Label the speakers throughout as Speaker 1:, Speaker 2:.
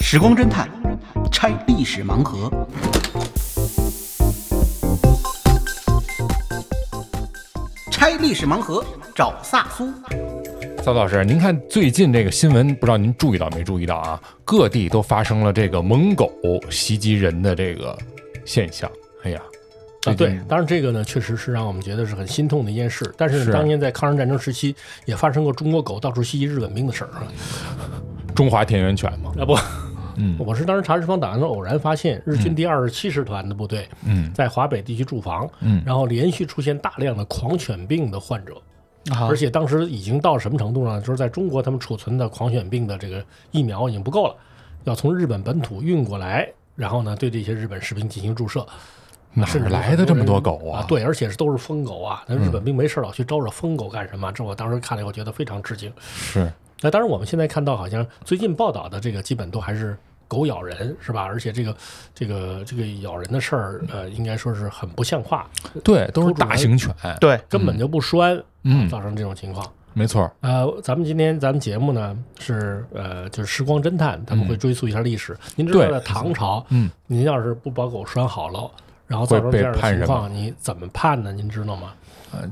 Speaker 1: 时光侦探拆历史盲盒。拆历史盲盒，找萨苏。
Speaker 2: 赵老师，您看最近这个新闻，不知道您注意到没注意到啊？各地都发生了这个猛狗袭击人的这个现象。哎呀，
Speaker 3: 啊，
Speaker 2: 最近
Speaker 3: 对，当然这个呢，确实是让我们觉得是很心痛的一件事。但是
Speaker 2: 是
Speaker 3: 呢当年在抗日战争时期，也发生过中国狗到处袭击日本兵的事儿啊。
Speaker 2: 中华田园犬嘛，
Speaker 3: 啊不，
Speaker 2: 嗯
Speaker 3: 我是当时查日方档案的时候偶然发现，日军第二十七师团的部队，
Speaker 2: 嗯，
Speaker 3: 在华北地区驻防，
Speaker 2: 嗯
Speaker 3: 然后连续出现大量的狂犬病的患者，
Speaker 1: 啊
Speaker 3: 而且当时已经到什么程度呢？就是在中国他们储存的狂犬病的这个疫苗已经不够了，要从日本本土运过来，然后呢对这些日本士兵进行注射，
Speaker 2: 哪
Speaker 3: 甚
Speaker 2: 儿
Speaker 3: 至有
Speaker 2: 来
Speaker 3: 很
Speaker 2: 的这么
Speaker 3: 人
Speaker 2: 多狗
Speaker 3: 啊
Speaker 2: 啊？，
Speaker 3: 对，而且是都是疯狗啊！那日
Speaker 2: 嗯
Speaker 3: 本兵没事儿老去招惹疯狗干什么？这我当时看了以后觉得非常吃惊。
Speaker 2: 是，
Speaker 3: 那当然，我们现在看到好像最近报道的这个基本都还是狗咬人，是吧？而且这个这个这个咬人的事儿，呃，应该说是很不像话，
Speaker 2: 对，都是
Speaker 3: 出主人
Speaker 2: 大型犬。
Speaker 1: 对，
Speaker 3: 根本就不拴，
Speaker 2: 嗯
Speaker 3: 造成这种情况。
Speaker 2: 没错儿，
Speaker 3: 呃，咱们今天咱们节目呢是呃就是时光侦探，咱们会追溯一下历史。您知道
Speaker 2: 嗯对
Speaker 3: 在唐朝，
Speaker 2: 嗯，
Speaker 3: 您要是不把狗拴好了，然后造成
Speaker 2: 会被
Speaker 3: 这样的
Speaker 2: 判
Speaker 3: 情
Speaker 2: 什
Speaker 3: 况，你怎么判呢？您知道吗？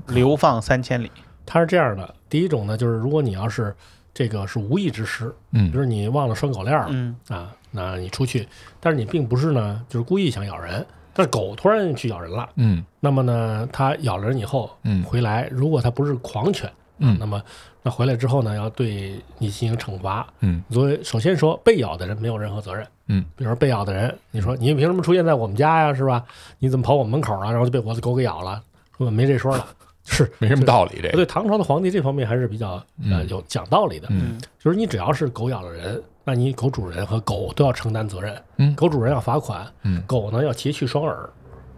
Speaker 1: 流放三千里。
Speaker 3: 它是这样的，第一种呢，就是如果你要是这个是无意之失，
Speaker 2: 嗯
Speaker 3: 比如你忘了拴狗链儿了、
Speaker 1: 嗯
Speaker 3: 啊，那你出去，但是你并不是呢，就是故意想咬人，但是狗突然去咬人了，
Speaker 2: 嗯
Speaker 3: 那么呢，它咬了人以后，
Speaker 2: 嗯
Speaker 3: 回来如果它不是狂犬，
Speaker 2: 嗯
Speaker 3: 那么那回来之后呢，要对你进行惩罚。
Speaker 2: 嗯
Speaker 3: 所以首先说，被咬的人没有任何责任。
Speaker 2: 嗯，
Speaker 3: 比如说被咬的人，你说你凭什么出现在我们家呀，是吧？你怎么跑我们门口了，然后就被我的狗给咬了，说没这说了， 是
Speaker 2: 没什么道理这个。
Speaker 3: 哎对唐朝的皇帝这方面还是比较呃有讲道理的，
Speaker 2: 嗯
Speaker 3: 就是你只要是狗咬了人，那你狗主人和狗都要承担责任，
Speaker 2: 嗯
Speaker 3: 狗主人要罚款，
Speaker 2: 嗯
Speaker 3: 狗呢要截去双耳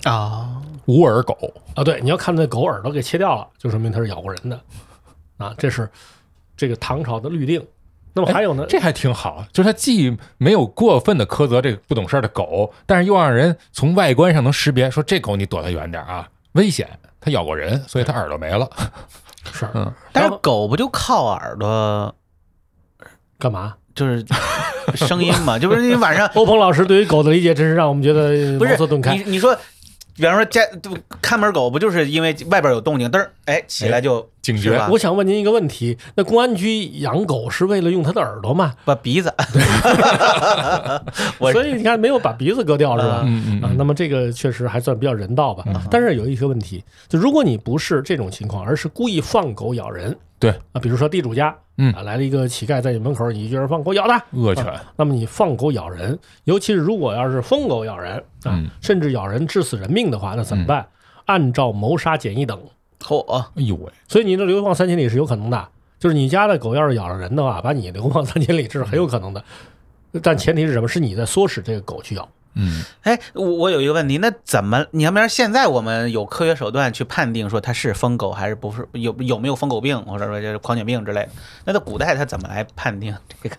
Speaker 1: 啊，
Speaker 2: 无耳狗，
Speaker 3: 啊，对，你要看那狗耳朵给切掉了，就说明它是咬过人的，啊，这是这个唐朝的律令。那么还有呢，
Speaker 2: 哎这还挺好，就是它既没有过分的苛责这个不懂事儿的狗，但是又让人从外观上能识别，说这狗你躲它远点儿啊，危险，它咬过人，所以它耳朵没了。
Speaker 3: 是
Speaker 2: 嗯
Speaker 3: 然
Speaker 1: 但是
Speaker 3: 后
Speaker 1: 狗不就靠耳朵，
Speaker 3: 干嘛？
Speaker 1: 就是 声音嘛？就不是你晚 上
Speaker 3: 欧鹏老师对于狗的理解，真是让我们觉得
Speaker 1: 不
Speaker 3: 茅
Speaker 1: 是
Speaker 3: 塞顿
Speaker 1: 你
Speaker 3: 开。
Speaker 1: 你说，比方说家就看门狗，不就是因为外边有动静，嘚儿哎起来就
Speaker 2: 警
Speaker 1: 是
Speaker 2: 觉
Speaker 1: 吧
Speaker 3: 我想问您一个问题：那公安局养狗是为了用它的耳朵吗？
Speaker 1: 把 鼻子，我
Speaker 3: 所以你看，没有把鼻子割掉是吧？
Speaker 2: 嗯嗯
Speaker 3: 啊，
Speaker 2: 嗯
Speaker 3: 那么这个确实还算比较人道吧。但是有一些问题，就如果你不是这种情况，而是故意放狗咬人
Speaker 2: 对，
Speaker 3: 啊，比如说地主家，
Speaker 2: 嗯
Speaker 3: 啊，来了一个乞丐在你门口，你居然放狗咬他，
Speaker 2: 恶犬，
Speaker 3: 那么你放狗咬人，尤其是如果要是疯狗咬人啊，
Speaker 2: 嗯
Speaker 3: 甚至咬人致死人命的话，那怎么办？按照谋杀减一等，
Speaker 1: 嚯，
Speaker 3: 啊
Speaker 2: 哎呦喂，
Speaker 3: 所以你的流放三千里是有可能的。就是你家的狗要是咬了人的话，把你流放三千里，这是很有可能的。但前提是什么？是你在唆使这个狗去咬。
Speaker 2: 嗯，
Speaker 1: 哎，我我有一个问题，那怎么你要不然现在我们有科学手段去判定说它是疯狗还是不是有有没有疯狗病，或者说就是狂犬病之类的？那在古代它怎么来判定这个？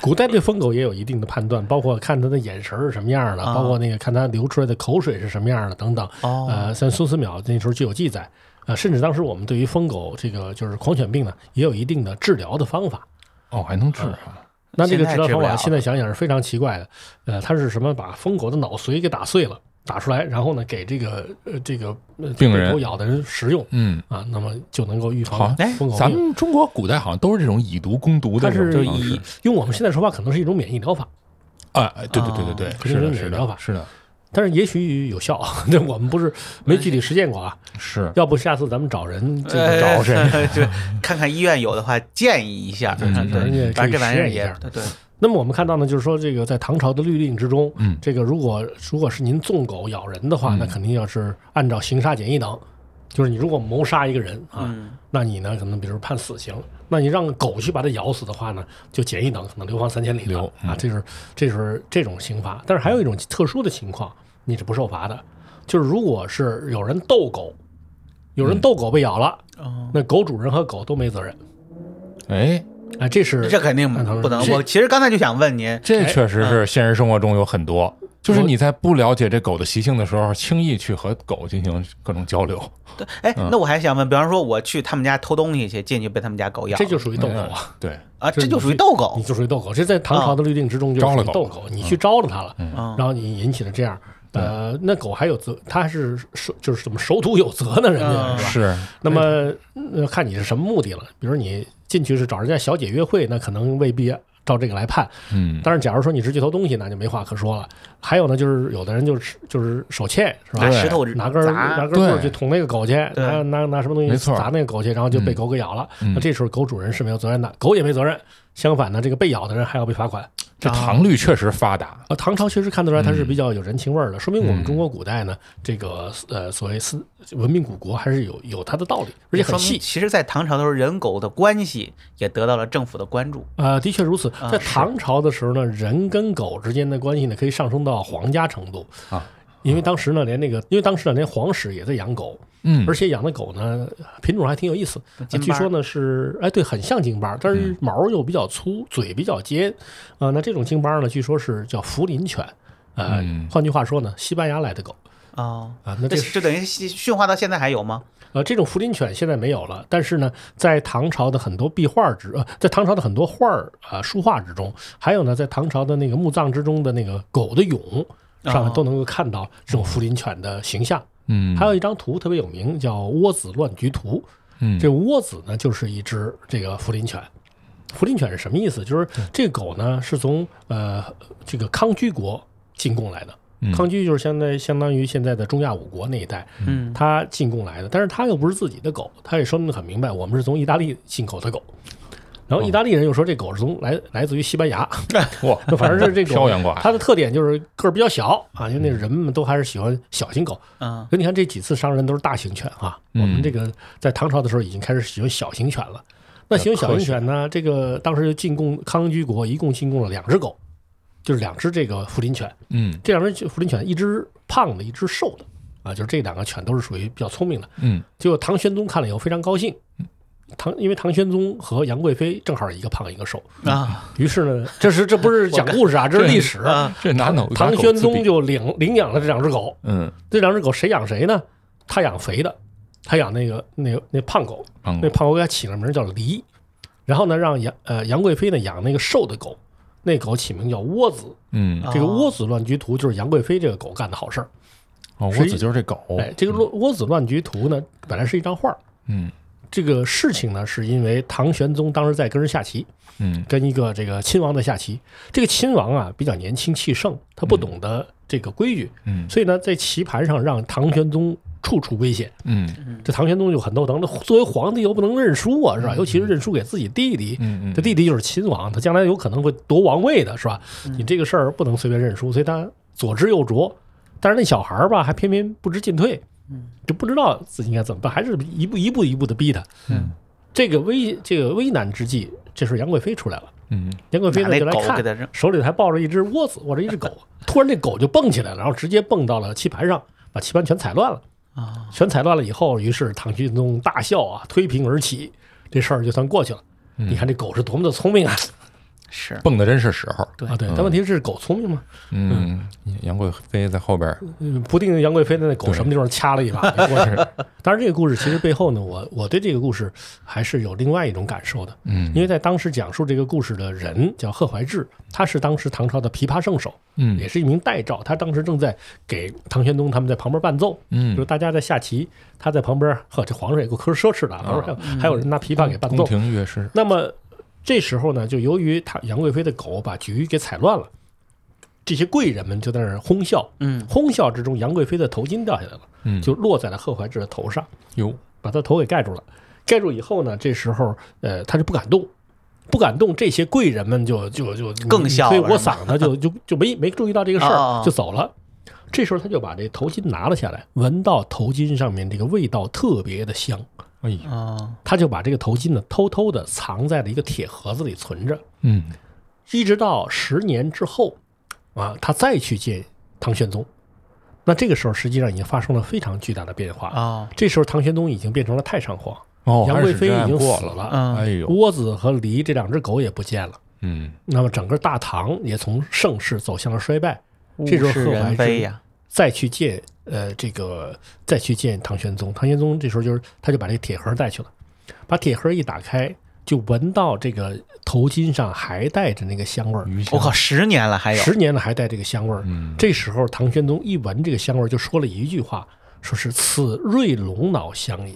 Speaker 3: 古代对疯狗也有一定的判断，包括看它的眼神儿是什么样的，
Speaker 1: 啊
Speaker 3: 包括那个看它流出来的口水是什么样的等等。
Speaker 1: 哦
Speaker 3: 呃，像孙思邈那时候就有记载，呃，甚至当时我们对于疯狗这个就是狂犬病呢，也有一定的治疗的方法。
Speaker 2: 哦，还能治啊？
Speaker 3: 那这个治疗
Speaker 1: 现在治
Speaker 3: 方
Speaker 1: 不了
Speaker 3: 法
Speaker 1: 了
Speaker 3: 现在想想是非常奇怪的，呃，它是什么？把疯狗的脑髓给打碎了，打出来，然后呢，给这个呃这个呃
Speaker 2: 病人
Speaker 3: 被狗咬的人食用
Speaker 2: 嗯，
Speaker 3: 啊，那么就能够预
Speaker 2: 好
Speaker 3: 防疯狗
Speaker 2: 咱
Speaker 3: 病。
Speaker 2: 们中国古代好像都是这种以毒攻毒的
Speaker 3: 它
Speaker 2: 这
Speaker 3: 是
Speaker 2: 种方
Speaker 3: 以
Speaker 2: 式。
Speaker 3: 用我们现在说法，可能是一种免疫疗法，
Speaker 2: 啊，哎对对对对
Speaker 3: 啊
Speaker 2: 对，是的，是
Speaker 3: 可能是有疗
Speaker 2: 的，
Speaker 3: 法
Speaker 2: 是的，
Speaker 3: 但是也许有效， 这我们不是没具体
Speaker 1: 哎
Speaker 3: 实践过啊。
Speaker 2: 是。
Speaker 3: 要不下次咱们找人这个
Speaker 1: 呃
Speaker 3: 找 谁？？
Speaker 1: 就看看医院有的话建议一下。
Speaker 3: 对
Speaker 1: 嗯
Speaker 3: 对对可
Speaker 1: 反正
Speaker 3: 以
Speaker 1: 这玩意儿
Speaker 3: 实验
Speaker 1: 也
Speaker 3: 一下嗯
Speaker 1: 对对，
Speaker 3: 那么我们看到呢，就是说这个在唐朝的律令之中，
Speaker 2: 嗯
Speaker 3: 这个如果如果是您纵狗咬人的话，那肯定要是按照刑杀减一等，就是你如果谋杀一个人啊，
Speaker 1: 嗯
Speaker 3: 那你呢可能比如判死刑，那你让狗去把它咬死的话呢，就减一等，可能流放三千里了
Speaker 2: 流嗯
Speaker 3: 啊，这是这是这种刑罚。但是还有一种特殊的情况，你是不受罚的，就是如果是有人斗狗，有
Speaker 2: 嗯
Speaker 3: 人斗狗被咬了，
Speaker 1: 哦，
Speaker 3: 那狗主人和狗都没责任。
Speaker 2: 哎，
Speaker 3: 啊，这是
Speaker 1: 这肯定不能。
Speaker 3: 这哎
Speaker 1: 我其实刚才就想问您，
Speaker 3: 啊
Speaker 2: 这确实是现实生活中有很多就是你在不了解这狗的习性的时候，轻易去和狗进行各种交流。
Speaker 1: 对，哎，
Speaker 2: 嗯
Speaker 1: 那我还想问，比方说我去他们家偷东西去，进去被他们家狗咬了，
Speaker 3: 这就属于斗狗啊，
Speaker 2: 哎对，
Speaker 1: 啊，
Speaker 3: 就是
Speaker 1: 这就
Speaker 3: 你
Speaker 1: 属于
Speaker 3: 去
Speaker 1: 斗狗
Speaker 3: 你。就属于斗狗，这在唐朝的律令之中就
Speaker 2: 招
Speaker 3: 属
Speaker 2: 了
Speaker 3: 于
Speaker 2: 狗
Speaker 3: 斗狗，你去招了它了，
Speaker 1: 嗯
Speaker 3: 然后你引起了这样。呃，那狗还有责，它是手就是怎么守土有责呢？人家
Speaker 1: 嗯
Speaker 3: 是吧？
Speaker 2: 啊是
Speaker 3: 那么呃看你是什么目的了。比如你进去是找人家小姐约会，那可能未必照这个来判。
Speaker 2: 嗯，
Speaker 3: 但是假如说你是去偷东西，那就没话可说了。还有呢，就是有的人就是就是手欠，是吧
Speaker 1: 拿？石头
Speaker 3: 拿根儿拿
Speaker 1: 砸，
Speaker 3: 根棍儿
Speaker 2: 对
Speaker 3: 去捅那个狗去，
Speaker 1: 对
Speaker 3: 拿拿拿什么东西
Speaker 2: 没错
Speaker 3: 砸那个狗去，然后就被
Speaker 2: 嗯
Speaker 3: 狗给咬了。
Speaker 2: 嗯
Speaker 3: 那这时候狗主人是没有责任的，狗也没责任。相反呢，这个被咬的人还要被罚款。
Speaker 2: 这唐律确实发达，
Speaker 3: 呃，唐朝确实看得出来它是比较有人情味儿的，说明我们
Speaker 2: 嗯
Speaker 3: 中国古代呢，这个呃所谓思文明古国还是有有它的道理，而且很
Speaker 1: 说明
Speaker 3: 细。
Speaker 1: 其实，在唐朝的时候，人狗的关系也得到了政府的关注。
Speaker 3: 呃，的确如此，
Speaker 1: 啊
Speaker 3: 在
Speaker 1: 是
Speaker 3: 唐朝的时候呢，人跟狗之间的关系呢，可以上升到皇家程度
Speaker 2: 啊。
Speaker 3: 因为当时呢，连那个，因为当时呢，连皇室也在养狗，
Speaker 2: 嗯
Speaker 3: 而且养的狗呢，品种还挺有意思。啊
Speaker 1: 金
Speaker 3: 据
Speaker 1: 巴
Speaker 3: 说呢是，哎，对，很像京巴，但是毛又比较粗，嘴比较尖。啊、那这种京巴呢，据说是叫福林犬。呃，
Speaker 2: 嗯
Speaker 3: 换句话说呢，西班牙来的狗
Speaker 1: 哦，
Speaker 3: 啊、那
Speaker 1: 这
Speaker 3: 这
Speaker 1: 这等于驯驯化到现在还有吗？
Speaker 3: 呃，这种福林犬现在没有了，但是呢，在唐朝的很多壁画之呃，在唐朝的很多画儿啊、呃书画之中，还有呢，在唐朝的那个墓葬之中的那个狗的俑上面
Speaker 1: 哦
Speaker 3: 都能够看到这种福林犬的形象。
Speaker 2: 嗯，
Speaker 3: 还有一张图特别有名，叫《窝子乱菊图》。
Speaker 2: 嗯
Speaker 3: 这窝子呢，就是一只这个福林犬。福林犬是什么意思？就是
Speaker 2: 嗯
Speaker 3: 这个狗呢是从呃这个康居国进贡来的。
Speaker 2: 嗯
Speaker 3: 康居就是相当于相当于现在的中亚五国那一带，
Speaker 1: 嗯，
Speaker 3: 它进贡来的，但是它又不是自己的狗，它也说明得很明白，我们是从意大利进口的狗。然后意大利人又说这狗是从来来自于西班牙，
Speaker 2: 哇，
Speaker 3: 那反正是这
Speaker 2: 漂
Speaker 3: 狗，
Speaker 2: 洋过海，
Speaker 3: 它的特点就是个儿比较小啊，因为那人们都还是喜欢小型狗，
Speaker 1: 嗯，
Speaker 3: 所以你看这几次伤人都是大型犬啊，
Speaker 2: 嗯
Speaker 3: 我们这个在唐朝的时候已经开始使用小型犬了。那使用小型犬呢，这个当时就进贡康居国，一共进贡了两只狗，就是两只这个福林犬。
Speaker 2: 嗯
Speaker 3: 这两只福林犬，一只胖的，一只瘦的，啊，就是这两个犬都是属于比较聪明的。
Speaker 2: 嗯
Speaker 3: 结果唐玄宗看了以后非常高兴，唐因为唐玄宗和杨贵妃正好一个胖一个瘦，
Speaker 1: 啊
Speaker 3: 于是呢，这是这不是讲故事啊，这是历史。
Speaker 1: 啊，
Speaker 2: 这拿脑
Speaker 3: 唐玄宗就领领养了这两只狗，
Speaker 2: 嗯，
Speaker 3: 这两只狗谁养谁呢？他养肥的，他养那个那个那胖狗，
Speaker 2: 嗯
Speaker 3: 那胖狗给他起了名叫梨，然后呢让杨呃杨贵妃呢养那个瘦的狗，那狗起名叫窝子。
Speaker 2: 嗯，
Speaker 1: 哦
Speaker 3: 这个窝子乱菊图就是杨贵妃这个狗干的好事儿。
Speaker 2: 哦，我
Speaker 3: 谁
Speaker 2: 指就是这狗，
Speaker 3: 哎，这个窝窝子乱菊图呢本来是一张画儿，
Speaker 2: 嗯
Speaker 3: 这个事情呢是因为唐玄宗当时在跟人下棋，
Speaker 2: 嗯
Speaker 3: 跟一个这个亲王在下棋。这个亲王啊比较年轻气盛，他不懂得这个规矩，
Speaker 2: 嗯
Speaker 3: 所以呢在棋盘上让唐玄宗处处危险。
Speaker 2: 嗯
Speaker 3: 这唐玄宗就很头疼，这作为皇帝又不能认输啊，是吧？尤其是认输给自己弟弟，
Speaker 2: 嗯
Speaker 3: 这
Speaker 2: 嗯，
Speaker 3: 弟弟就是亲王，他将来有可能会夺王位的，是吧？你这个事儿不能随便认输，所以他左支右拙。但是那小孩儿吧，还偏偏不知进退，就不知道自己应该怎么办，还是一步一步一步的逼他。
Speaker 1: 嗯，
Speaker 3: 这个危这个危难之际，这时候杨贵妃出来了，
Speaker 2: 嗯
Speaker 3: 杨贵妃
Speaker 1: 拿
Speaker 3: 呢
Speaker 1: 那
Speaker 3: 就来
Speaker 1: 狗啊
Speaker 3: 看
Speaker 1: 给他扔，
Speaker 3: 手里还抱着一只窝子，握着一只 狗。突然这狗就蹦起来了，然后直接蹦到了棋盘上，把棋盘全踩乱了。
Speaker 1: 啊，
Speaker 3: 全踩乱了以后，于是唐玄宗大笑啊，推平而起，这事儿就算过去了。
Speaker 1: 嗯
Speaker 3: 你看这狗是多么的聪明啊！
Speaker 1: 是
Speaker 2: 蹦的真是时候，
Speaker 1: 对嗯
Speaker 3: 啊，对，但问题是狗聪明吗？
Speaker 2: 嗯，杨贵妃在后边，
Speaker 3: 嗯不定杨贵妃的那狗什么地方掐了一 把就过去了。当然，这个故事其实背后呢，我我对这个故事还是有另外一种感受的，
Speaker 2: 嗯
Speaker 3: 因为在当时讲述这个故事的人叫贺怀志，他是当时唐朝的琵琶圣手，也
Speaker 2: 嗯
Speaker 3: 是一名代诏，他当时正在给唐玄宗他们在旁边伴奏。就是
Speaker 2: 嗯，
Speaker 3: 大家在下棋，他在旁边，呵，这皇上也够苛奢侈的啊，旁边还有还有人拿琵琶给伴
Speaker 2: 宫
Speaker 3: 奏，
Speaker 2: 廷乐师，
Speaker 3: 那么这时候呢，就由于他杨贵妃的狗把局给踩乱了，这些贵人们就在那儿哄笑，
Speaker 1: 嗯
Speaker 3: 哄笑之中，杨贵妃的头巾掉下来了，
Speaker 2: 嗯，
Speaker 3: 就落在了贺怀志的头上，
Speaker 2: 哟，
Speaker 3: 把他头给盖住了。盖住以后呢，这时候呃，他就不敢动。不敢动，这些贵人们就就就
Speaker 1: 更笑
Speaker 3: 所
Speaker 1: 了
Speaker 3: 以我嗓子就就就没没注意到这个事
Speaker 1: 哦
Speaker 3: 儿，就走了。这时候他就把这头巾拿了下来，闻到头巾上面这个味道特别的香，
Speaker 2: 哎呀，
Speaker 1: 啊，
Speaker 3: 他就把这个头巾呢偷偷的藏在了一个铁盒子里存着，
Speaker 2: 嗯
Speaker 3: 一直到十年之后，啊，他再去见唐玄宗，那这个时候实际上已经发生了非常巨大的变化。
Speaker 1: 哦，
Speaker 3: 这时候唐玄宗已经变成了太上皇，
Speaker 2: 哦，
Speaker 3: 杨贵妃已经
Speaker 2: 过
Speaker 3: 死
Speaker 2: 了，
Speaker 3: 了，
Speaker 1: 嗯
Speaker 2: 哎呦，
Speaker 3: 窝子和梨这两只狗也不见了，
Speaker 2: 嗯
Speaker 3: 那么整个大唐也从盛世走向了衰败。这时候
Speaker 1: 是
Speaker 3: 贺
Speaker 1: 人
Speaker 3: 怀
Speaker 1: 非
Speaker 3: 是
Speaker 1: 呀，
Speaker 3: 再去见呃这个再去见唐玄宗。唐玄宗这时候就是他就把这个铁盒带去了，把铁盒一打开，就闻到这个头巾上还带着那个香味儿，
Speaker 2: 鱼香
Speaker 1: 我靠，，十年了还有，
Speaker 3: 十年了还带这个香味儿。
Speaker 2: 嗯，
Speaker 3: 这时候唐玄宗一闻这个香味儿，就说了一句话，说是“此瑞龙脑香也”。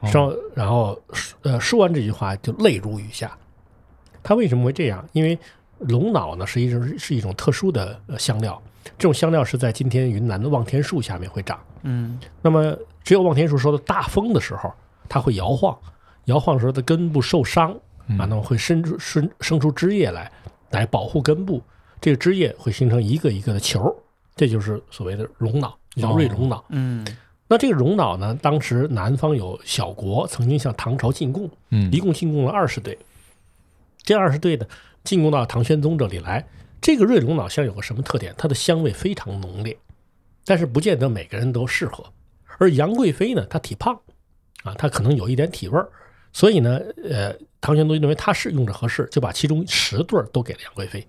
Speaker 2: 哦
Speaker 3: 然后，然后，呃，说完这句话就泪如雨下。他为什么会这样？因为龙脑呢是一种是一种特殊的呃香料，这种香料是在今天云南的望天树下面会长。
Speaker 1: 嗯，
Speaker 3: 那么只有望天树受到大风的时候，它会摇晃，摇晃的时候的根部受伤啊，那么会伸出伸生出枝叶来，来保护根部。这个枝叶会形成一个一个的球儿，这就是所谓的龙脑，姚瑞龙脑。
Speaker 1: 嗯，
Speaker 3: 那这个荣岛呢，当时南方有小国曾经向唐朝进贡，
Speaker 2: 嗯，
Speaker 3: 一共进贡了二十队。这二十队呢，进贡到唐玄宗这里来。这个瑞龙脑香有个什么特点？它的香味非常浓烈，但是不见得每个人都适合。而杨贵妃呢，她体胖，啊，她可能有一点体味儿，所以呢，呃，唐玄宗认为她是用着合适，就把其中十对儿都给了杨贵妃。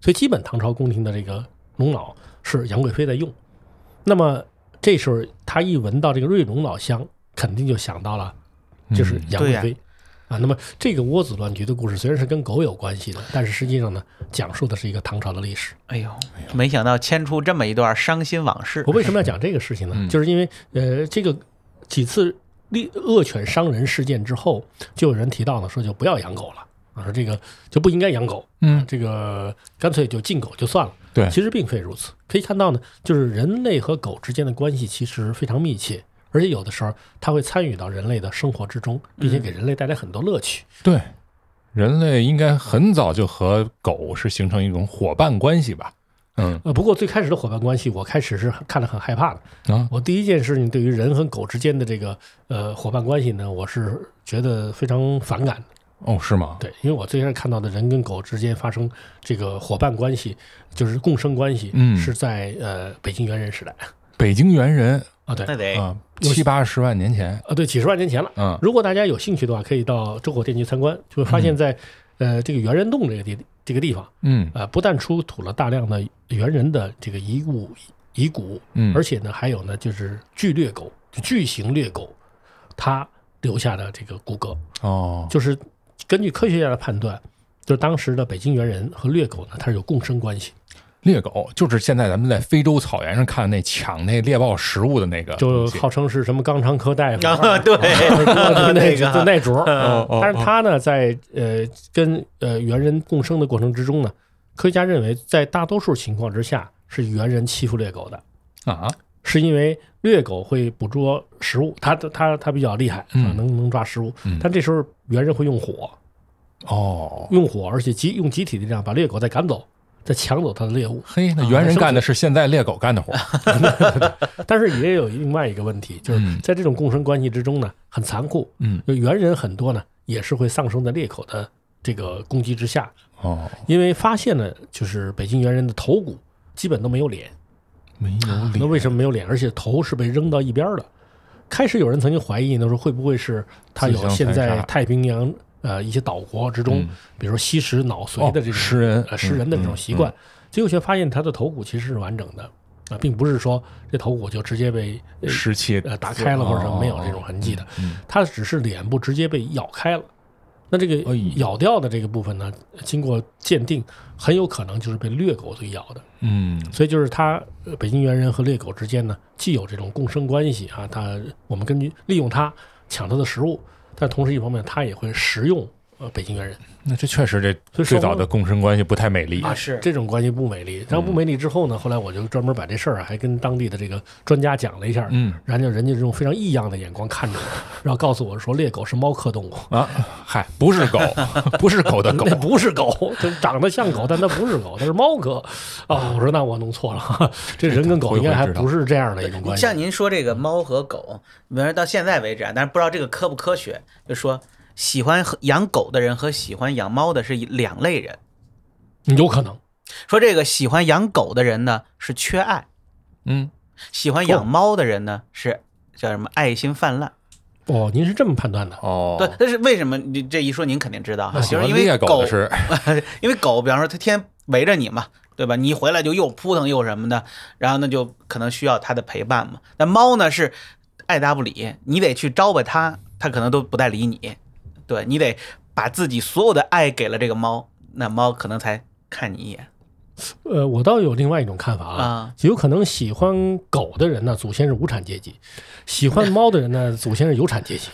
Speaker 3: 所以基本唐朝宫廷的这个龙脑是杨贵妃在用。那么这时候他一闻到这个瑞龙脑香，肯定就想到了就是
Speaker 2: 嗯
Speaker 3: 杨贵
Speaker 1: 对
Speaker 3: 妃。啊，那么这个窝子乱局的故事虽然是跟狗有关系的，但是实际上呢，讲述的是一个唐朝的历史。
Speaker 1: 哎呦，没想到牵出这么一段伤心往事
Speaker 3: 我，为什么要讲这个事情呢？
Speaker 2: 嗯
Speaker 3: 就是因为呃，这个几次猎恶犬伤人事件之后，就有人提到呢，说就不要养狗了，啊，说这个就不应该养狗，
Speaker 2: 嗯，
Speaker 3: 这个干脆就禁狗就算了。
Speaker 2: 对
Speaker 3: 其实并非如此。可以看到呢，就是人类和狗之间的关系其实非常密切，而且有的时候它会参与到人类的生活之中，并
Speaker 2: 嗯
Speaker 3: 且给人类带来很多乐趣。
Speaker 2: 对，人类应该很早就和狗是形成一种伙伴关系吧？嗯
Speaker 3: 呃，不过最开始的伙伴关系，我开始是很看得很害怕的。
Speaker 2: 啊，
Speaker 3: 我第一件事情对于人和狗之间的这个呃伙伴关系呢，我是觉得非常反感的。
Speaker 2: 哦，是吗？
Speaker 3: 对，因为我最开始看到的人跟狗之间发生这个伙伴关系，就是共生关系，
Speaker 2: 嗯
Speaker 3: 是在呃北京猿人时代
Speaker 2: 北京猿人
Speaker 3: 啊，对
Speaker 1: 那得
Speaker 2: 啊，七八十万年前，
Speaker 3: 啊，对，几十万年前了。
Speaker 2: 嗯
Speaker 3: 如果大家有兴趣的话，可以到周口店去参观，就会发现在、呃这个猿人洞这个地这个地方，
Speaker 2: 嗯
Speaker 3: 呃，不但出土了大量的猿人的这个遗物遗骨，
Speaker 2: 嗯，
Speaker 3: 而且呢，还有呢，就是巨掠狗，就巨型掠狗，它留下的这个骨骼，
Speaker 2: 哦，
Speaker 3: 就是根据科学家的判断，就是当时的北京猿人和掠狗呢，它是有共生关系，
Speaker 2: 猎狗就是现在咱们在非洲草原上看那抢那猎豹食物的那个
Speaker 3: 就
Speaker 2: 东西，
Speaker 3: 号称是什么肛肠科大夫
Speaker 1: 啊，对，
Speaker 3: 就那
Speaker 1: 那
Speaker 3: 就
Speaker 1: 个
Speaker 3: 那主儿。
Speaker 2: 哦哦，
Speaker 3: 嗯但是它呢，在呃跟呃猿人共生的过程之中呢，科学家认为，在大多数情况之下是猿人欺负猎狗的，
Speaker 1: 哦
Speaker 2: 它啊，
Speaker 3: 是因为猎狗会捕捉食物，它它它比较厉害，
Speaker 2: 嗯
Speaker 3: 啊，能能抓食物
Speaker 2: 嗯。
Speaker 3: 但这时候猿人会用火，
Speaker 2: 哦，
Speaker 3: 用火，而且集用集体力量把猎狗再赶走，再抢走它的猎物。
Speaker 2: 嘿，那猿人干的是现在猎狗干的活，
Speaker 3: 但是也有另外一个问题，啊就是
Speaker 2: 嗯
Speaker 3: 在这种共生关系之中呢，很残酷。
Speaker 2: 嗯，
Speaker 3: 就猿人很多呢，也是会丧生在猎狗的这个攻击之下。
Speaker 2: 哦，
Speaker 3: 因为发现了就是北京猿人的头骨基本都没有脸，
Speaker 2: 没有
Speaker 3: 那
Speaker 2: 脸，
Speaker 3: 为什么没有脸？而且头是被扔到一边儿的。开始有人曾经怀疑呢，说会不会是他
Speaker 2: 自
Speaker 3: 有
Speaker 2: 相残
Speaker 3: 现在
Speaker 2: 杀
Speaker 3: 太平洋呃一些岛国之中，
Speaker 2: 嗯
Speaker 3: 比如说吸食脑髓
Speaker 2: 哦
Speaker 3: 的这种、
Speaker 2: 食嗯人
Speaker 3: 呃食人的这种习惯，结果却发现他的头骨其实是完整的啊、并不是说这头骨就直接被呃
Speaker 2: 湿气
Speaker 3: 呃打开了或者是没有这种痕迹
Speaker 2: 哦
Speaker 3: 的，
Speaker 2: 嗯
Speaker 3: 它只是脸部直接被咬开了。那这
Speaker 2: 哎
Speaker 3: 个
Speaker 2: 呦
Speaker 3: 咬掉的这个部分呢，经过鉴定，很有可能就是被猎狗所咬的。
Speaker 2: 嗯，
Speaker 3: 所以就是它，呃北京猿人和猎狗之间呢，既有这种共生关系啊，它我们根据利用它抢它的食物，但同时一方面它也会食用呃北京猿人，
Speaker 2: 那这确实这
Speaker 3: 所
Speaker 2: 最
Speaker 3: 以双
Speaker 2: 早
Speaker 3: 方
Speaker 2: 的共生关系不太美丽
Speaker 1: 啊是，
Speaker 3: 这种关系不美丽。然后不美丽之后呢，后来我就专门把这事儿啊还跟当地的这个专家讲了一下，
Speaker 2: 嗯，
Speaker 3: 然后人家就用非常异样的眼光看着我，然后告诉我说猎狗是猫科动物。
Speaker 2: 啊，嗨，不 是狗，不是狗的狗
Speaker 3: 那，不是狗，它长得像狗，但它不是狗，它是猫科。啊，我说那我弄错了， 这人跟狗应该还不是这样的一种关系。
Speaker 1: 像您说这个猫和狗，比方说到现在为止啊，但是不知道这个科不科学，就说喜欢和养狗的人和喜欢养猫的是一两类人。
Speaker 3: 有可能，
Speaker 1: 说这个喜欢养狗的人呢是缺爱，
Speaker 2: 嗯，
Speaker 1: 喜欢养猫的人呢是叫什么爱心泛滥。
Speaker 3: 哦，您是这么判断的？
Speaker 2: 哦
Speaker 1: 对，但是为什么你这一说您肯定知道哈，
Speaker 2: 那喜
Speaker 1: 就是
Speaker 2: 欢
Speaker 1: 因为
Speaker 2: 猎狗的是，
Speaker 1: 因为狗，比方说它天天围着你嘛，对吧？你一回来就又扑腾又什么的，然后那就可能需要它的陪伴嘛。那猫呢是爱答不理，你得去招吧它，它可能都不带理你。对你得把自己所有的爱给了这个猫，那猫可能才看你一眼
Speaker 3: 呃，我倒有另外一种看法啊，
Speaker 1: 啊。
Speaker 3: 有可能喜欢狗的人呢，祖先是无产阶级；喜欢猫的 人呢，祖先是有产阶级。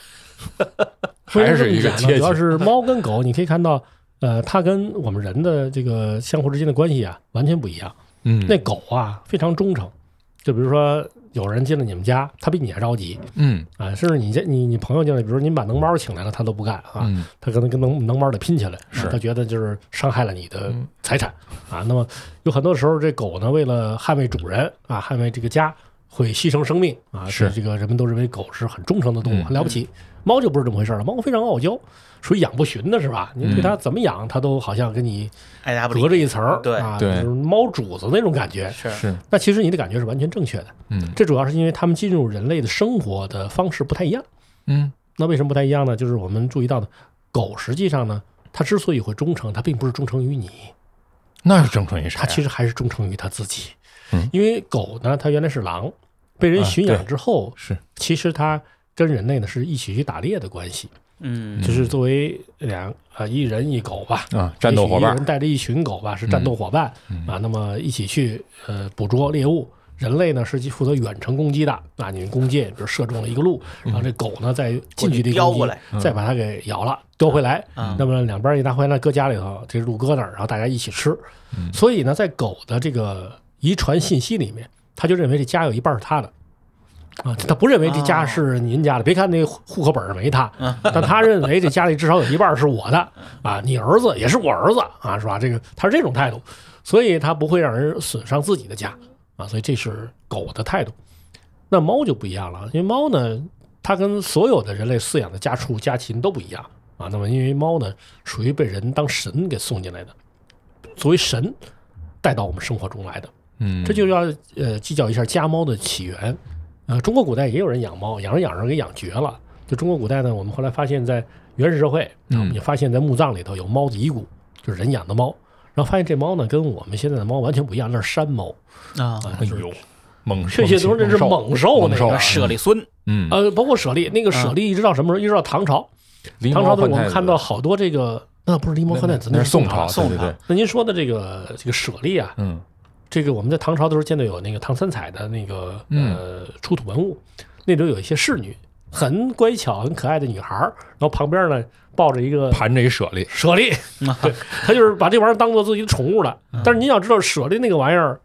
Speaker 3: 为什么这么
Speaker 2: 还是一个
Speaker 3: 讲呢
Speaker 2: 阶级
Speaker 3: 主要是猫跟狗，你可以看到，呃，它跟我们人的这个相互之间的关系啊，完全不一样。
Speaker 2: 嗯，
Speaker 3: 那狗啊，非常忠诚。就比如说，有人进了你们家，它比你还着急
Speaker 2: 嗯
Speaker 3: 啊，甚至你家你你朋友进来，比如说您把能猫请来了，它都不干啊。
Speaker 2: 嗯
Speaker 3: 他可能跟能能猫得拼起来，
Speaker 2: 是
Speaker 3: 啊他觉得就是伤害了你的
Speaker 2: 嗯
Speaker 3: 财产啊。那么有很多时候，这狗呢，为了捍卫主人啊，捍卫这个家，会牺牲生命啊。
Speaker 2: 是
Speaker 3: 这个人们都认为狗是很忠诚的动物，
Speaker 2: 嗯
Speaker 3: 很了不起。猫就不是这么回事了，猫非常傲娇，属于养不驯的是吧？你对它
Speaker 2: 嗯
Speaker 3: 怎么养，它都好像跟你
Speaker 1: 爱答不理
Speaker 3: 隔着一层儿，
Speaker 1: 对
Speaker 3: 啊，
Speaker 2: 对
Speaker 3: 就是猫主子那种感觉。
Speaker 1: 是
Speaker 2: 是
Speaker 3: 那其实你的感觉是完全正确的，
Speaker 2: 嗯
Speaker 3: 这主要是因为它们进入人类的生活的方式不太一样。
Speaker 2: 嗯
Speaker 3: 那为什么不太一样呢？就是我们注意到的，狗实际上呢，它之所以会忠诚，它并不是忠诚于你，
Speaker 2: 那是正常一啥
Speaker 3: 它？其实还是忠诚于它自己。
Speaker 2: 嗯
Speaker 3: 因为狗呢，它原来是狼，被人
Speaker 2: 啊
Speaker 3: 驯
Speaker 2: 对
Speaker 3: 养之后，
Speaker 2: 是
Speaker 3: 其实它跟人类呢是一起去打猎的关系，
Speaker 1: 嗯
Speaker 3: 就是作为两呃一人一狗吧，
Speaker 2: 啊，战斗伙
Speaker 3: 也许一个
Speaker 2: 伴嗯
Speaker 3: 人带着一群狗吧，是战斗伙伴、啊，那么一起去呃捕捉猎物。人类呢是负责远程攻击的，啊，你们弓箭，比如射中了一个鹿，然后这狗呢在近距离
Speaker 1: 叼
Speaker 3: 攻击
Speaker 1: 过来
Speaker 3: 再把它给咬了，叼回来。
Speaker 1: 嗯
Speaker 3: 那么两边一拿回来，搁家里头，这鹿搁那儿，然后大家一起吃。所以呢，在狗的这个遗传信息里面，它就认为这家有一半是它的。啊，它不认为这家
Speaker 1: 啊
Speaker 3: 是您家的。别看那户户口本上没它，
Speaker 1: 嗯
Speaker 3: 但它认为这家里至少有一半是我的。啊，你儿子也是我儿子啊，是吧？这个它是这种态度，所以它不会让人损伤自己的家啊，所以这是狗的态度。那猫就不一样了，因为猫呢，它跟所有的人类饲养的家畜、家禽都不一样啊。那么，因为猫呢，属于被人当神给送进来的，作为神带到我们生活中来的，
Speaker 2: 嗯，
Speaker 3: 这就要呃计较一下家猫的起源。呃，中国古代也有人养猫，养着养着给养绝了。就中国古代呢，我们后来发现，在原始社会，啊
Speaker 2: 嗯
Speaker 3: 我们也发现，在墓葬里头有猫的遗骨，就是人养的猫。然后发现这猫呢，跟我们现在的猫完全不一样，那是山猫
Speaker 1: 啊，
Speaker 3: 啊，
Speaker 2: 哎呦，猛
Speaker 3: 确切说这是猛兽那
Speaker 2: 猛兽
Speaker 3: 个
Speaker 2: 啊
Speaker 1: 舍利孙
Speaker 2: 嗯，
Speaker 3: 呃，包括舍利，那个舍利一直到什么时候？一直到唐朝，
Speaker 2: 狸
Speaker 3: 唐
Speaker 2: 嗯猫
Speaker 3: 朝的
Speaker 2: 换
Speaker 3: 我们
Speaker 2: 太
Speaker 3: 看
Speaker 2: 子
Speaker 3: 到好多这个，那不是狸猫换太子，
Speaker 2: 那
Speaker 3: 是
Speaker 2: 宋
Speaker 3: 朝。
Speaker 1: 宋
Speaker 2: 对对
Speaker 1: 朝
Speaker 2: 对，
Speaker 3: 那您说的这个这个舍利啊，
Speaker 2: 嗯
Speaker 3: 这个我们在唐朝的时候见到有那个唐三彩的那个呃出土文物，那里头有一些侍女，很乖巧、很可爱的女孩儿，然后旁边呢抱着一个
Speaker 2: 盘着一舍利，
Speaker 3: 舍利，对，他就是把这玩意儿当做自己的宠物了。但是您要知道，舍利那个玩意儿，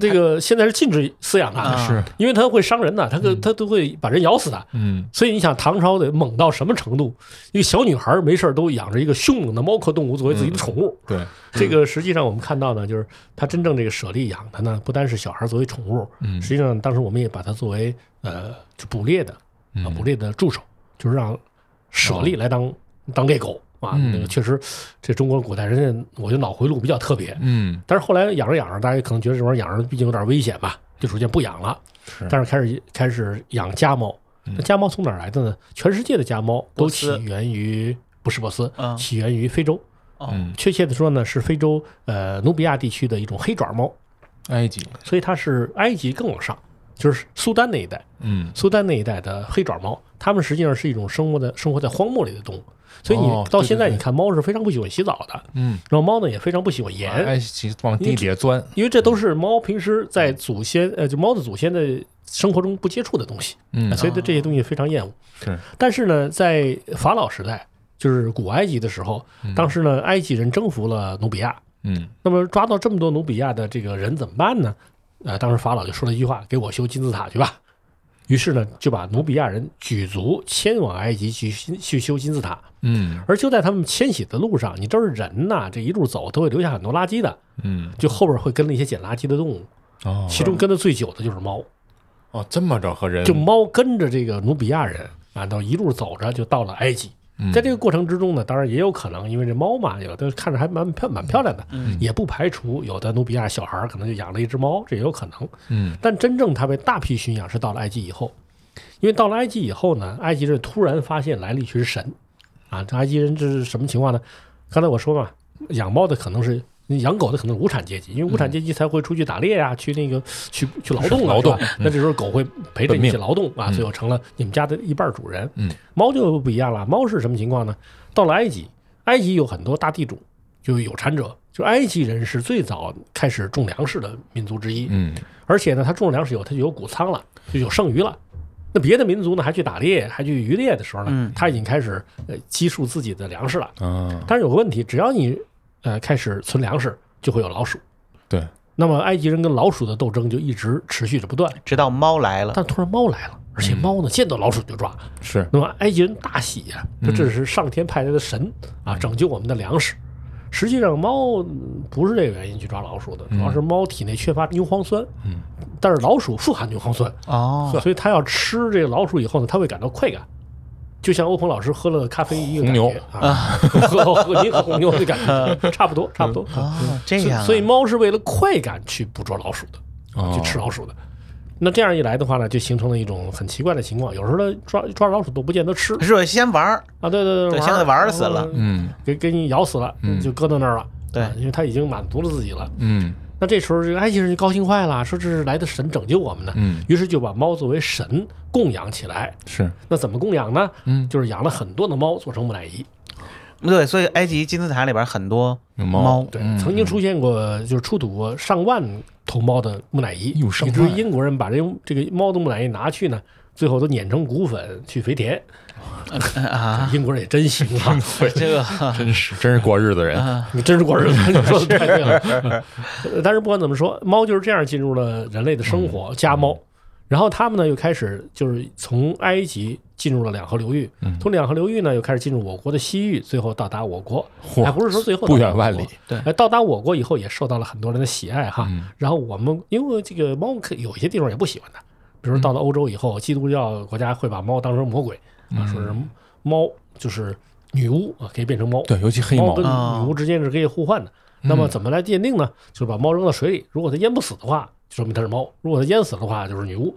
Speaker 3: 这个现在是禁止饲养的，
Speaker 1: 啊
Speaker 2: 是
Speaker 3: 因为它会伤人的，它可它都会把人咬死的。
Speaker 2: 嗯
Speaker 3: 所以你想唐朝得猛到什么程度？一个小女孩儿没事儿都养着一个凶猛的猫科动物作为自己的宠物，
Speaker 2: 对，
Speaker 3: 这个实际上我们看到呢，就是它真正这个舍利养它呢，不单是小孩作为宠物，
Speaker 2: 嗯
Speaker 3: 实际上当时我们也把它作为呃就捕猎的啊
Speaker 2: 嗯
Speaker 3: 捕猎的助手，就是让舍利来当当猎狗啊。
Speaker 2: 嗯
Speaker 3: 那个确实，这中国古代人家我觉得脑回路比较特别。
Speaker 2: 嗯
Speaker 3: 但是后来养着养着，大家可能觉得这玩意儿养着毕竟有点危险吧，就逐渐不养了。
Speaker 2: 是嗯
Speaker 3: 但是开始开始养家猫。那家猫从哪儿来的呢？全世界的家猫都
Speaker 1: 波
Speaker 3: 起
Speaker 1: 斯
Speaker 3: 源于不是波斯，
Speaker 1: 嗯
Speaker 3: 起源于非洲。
Speaker 1: 哦，
Speaker 2: 嗯，
Speaker 3: 确切的说呢，是非洲呃努比亚地区的一种黑爪猫，
Speaker 2: 埃及，
Speaker 3: 所以它是埃及更往上，就是苏丹那一带，
Speaker 2: 嗯
Speaker 3: 苏丹那一带的黑爪猫，它们实际上是一种生活的生活在荒漠里的动物。所以你
Speaker 2: 哦
Speaker 3: 到现在
Speaker 2: 对对对
Speaker 3: 你看，猫是非常不喜欢洗澡的，
Speaker 2: 嗯，
Speaker 3: 然后猫呢也非常不喜欢盐，
Speaker 2: 埃及往地底下钻，
Speaker 3: 因为这都是猫平时在祖先呃就猫的祖先的生活中不接触的东西，
Speaker 2: 嗯啊
Speaker 3: 所以对这些东西非常厌恶。
Speaker 2: 是
Speaker 3: 但是呢，在法老时代，就是古埃及的时候，当时呢埃及人征服了努比亚，
Speaker 2: 嗯
Speaker 3: 那么抓到这么多努比亚的这个人怎么办呢？呃，当时法老就说了一句话：“给我修金字塔去吧。”于是呢，就把努比亚人举族迁往埃及去新去修金字塔。
Speaker 2: 嗯
Speaker 3: 而就在他们迁徙的路上，你知道人呐，这一路走都会留下很多垃圾的，
Speaker 2: 嗯
Speaker 3: 就后边会跟了一些捡垃圾的动物，
Speaker 2: 哦
Speaker 3: 其中跟的最久的就是猫。
Speaker 2: 哦这么着和人
Speaker 3: 就猫跟着这个努比亚人啊，到一路走着就到了埃及。
Speaker 2: 嗯
Speaker 3: 在这个过程之中呢，当然也有可能，因为这猫嘛，有的看着还蛮漂蛮漂亮的，
Speaker 2: 嗯
Speaker 3: 也不排除有的努比亚小孩儿可能就养了一只猫，这也有可能。
Speaker 2: 嗯
Speaker 3: 但真正它被大批驯养是到了埃及以后，因为到了埃及以后呢，埃及人突然发现来了一群神，啊，这埃及人这是什么情况呢？刚才我说嘛，养猫的可能是养狗的可能是无产阶级，因为无产阶级才会出去打猎啊，去那个去去劳动啊，
Speaker 2: 嗯 劳动
Speaker 3: 是吧
Speaker 2: 嗯
Speaker 3: 那这时候狗会陪
Speaker 2: 本
Speaker 3: 着你一
Speaker 2: 命
Speaker 3: 起劳动啊，
Speaker 2: 嗯
Speaker 3: 最后成了你们家的一半主人。
Speaker 2: 嗯，
Speaker 3: 猫就不一样了，猫是什么情况呢？到了埃及，埃及有很多大地主，就有产者，就埃及人是最早开始种粮食的民族之一。
Speaker 2: 嗯，
Speaker 3: 而且呢，他种了粮食以后，他就有谷仓了，就有剩余了。那别的民族呢，还去打猎，还去渔猎的时候呢，
Speaker 1: 嗯
Speaker 3: 他已经开始呃积蓄自己的粮食了。
Speaker 2: 啊，
Speaker 3: 但是有个问题，只要你呃开始存粮食，就会有老鼠。
Speaker 2: 对，
Speaker 3: 那么埃及人跟老鼠的斗争就一直持续着不断。
Speaker 1: 直到猫来了，
Speaker 3: 但突然猫来了，而
Speaker 1: 嗯
Speaker 3: 且猫呢见到老鼠就抓，
Speaker 2: 是，
Speaker 3: 那么埃及人大喜呀、说
Speaker 1: 嗯
Speaker 3: 这是上天派来的神啊，拯救我们的粮食。实际上，猫嗯不是这个原因去抓老鼠的，
Speaker 1: 嗯
Speaker 3: 主要是猫体内缺乏牛磺酸。
Speaker 2: 嗯，
Speaker 3: 但是老鼠富含牛磺酸，
Speaker 1: 哦，
Speaker 3: 所以它要吃这个老鼠以后呢，它会感到快感，就像欧鹏老师喝了咖啡一个
Speaker 2: 红
Speaker 3: 感
Speaker 2: 牛
Speaker 3: 觉啊，喝喝您喝红牛的感觉差不多，差不多。
Speaker 1: 嗯哦，这
Speaker 3: 所以
Speaker 1: 样啊，
Speaker 3: 所以猫是为了快感去捕捉老鼠的。
Speaker 2: 哦
Speaker 3: 去吃老鼠的。那这样一来的话呢，就形成了一种很奇怪的情况，有时候它抓抓老鼠都不见得 吃
Speaker 1: 是先玩儿，
Speaker 3: 啊，对对
Speaker 1: 对
Speaker 3: 对，
Speaker 1: 先给它玩
Speaker 3: 儿
Speaker 1: 死了，
Speaker 3: 嗯
Speaker 2: 嗯
Speaker 3: 给给你咬死了，
Speaker 2: 嗯
Speaker 3: 就搁到那儿了。
Speaker 1: 对
Speaker 3: 啊因为它已经满足了自己了。
Speaker 2: 嗯
Speaker 3: 那这时候这个埃及人就高兴坏了，说这是来的神拯救我们呢。
Speaker 2: 嗯，
Speaker 3: 于是就把猫作为神供养起来。
Speaker 2: 是，
Speaker 3: 那怎么供养呢？
Speaker 2: 嗯，
Speaker 3: 就是养了很多的猫做成木乃伊。
Speaker 1: 对，所以埃及金字塔里边很多
Speaker 2: 有猫
Speaker 1: 猫，
Speaker 3: 对，
Speaker 2: 嗯
Speaker 3: 曾经出现过，就是出土过上万头猫的木乃伊，
Speaker 2: 哟上
Speaker 3: 以至于
Speaker 2: 万
Speaker 3: 英国人把这这个猫的木乃伊拿去呢，最后都碾成骨粉去肥田。
Speaker 1: 啊，
Speaker 3: 英国人也真行啊，
Speaker 1: 这 个
Speaker 2: 真是真是过日子人，
Speaker 1: 啊
Speaker 3: 你真是过日子，你 说的太对了。呃但是不管怎么说，猫就是这样进入了人类的生
Speaker 2: 嗯
Speaker 3: 活，家猫。然后他们呢又开始就是从埃及进入了两河流域，
Speaker 2: 嗯
Speaker 3: 从两河流域呢又开始进入我国的西域，最后到达我国，
Speaker 2: 嚯
Speaker 3: 还不是说最后
Speaker 2: 不
Speaker 3: 到达
Speaker 2: 远万
Speaker 3: 我国
Speaker 2: 里。
Speaker 1: 对
Speaker 3: 哎，到达我国以后也受到了很多人的喜爱哈。
Speaker 2: 嗯
Speaker 3: 然后我们因为这个猫可有一些地方也不喜欢它，比如说到
Speaker 2: 嗯
Speaker 3: 了欧洲以后，基督教国家会把猫当成魔鬼
Speaker 2: 嗯
Speaker 3: 啊，说是猫就是女巫啊，可以变成猫，
Speaker 2: 对，尤其黑
Speaker 3: 猫
Speaker 2: 猫嗯
Speaker 3: 跟，
Speaker 1: 啊
Speaker 3: 女巫之间是可以互换的。那么怎么来鉴定呢？就是把猫扔到水里，如果它淹不死的话，就说明它是猫；如果它淹死的话，就是女巫。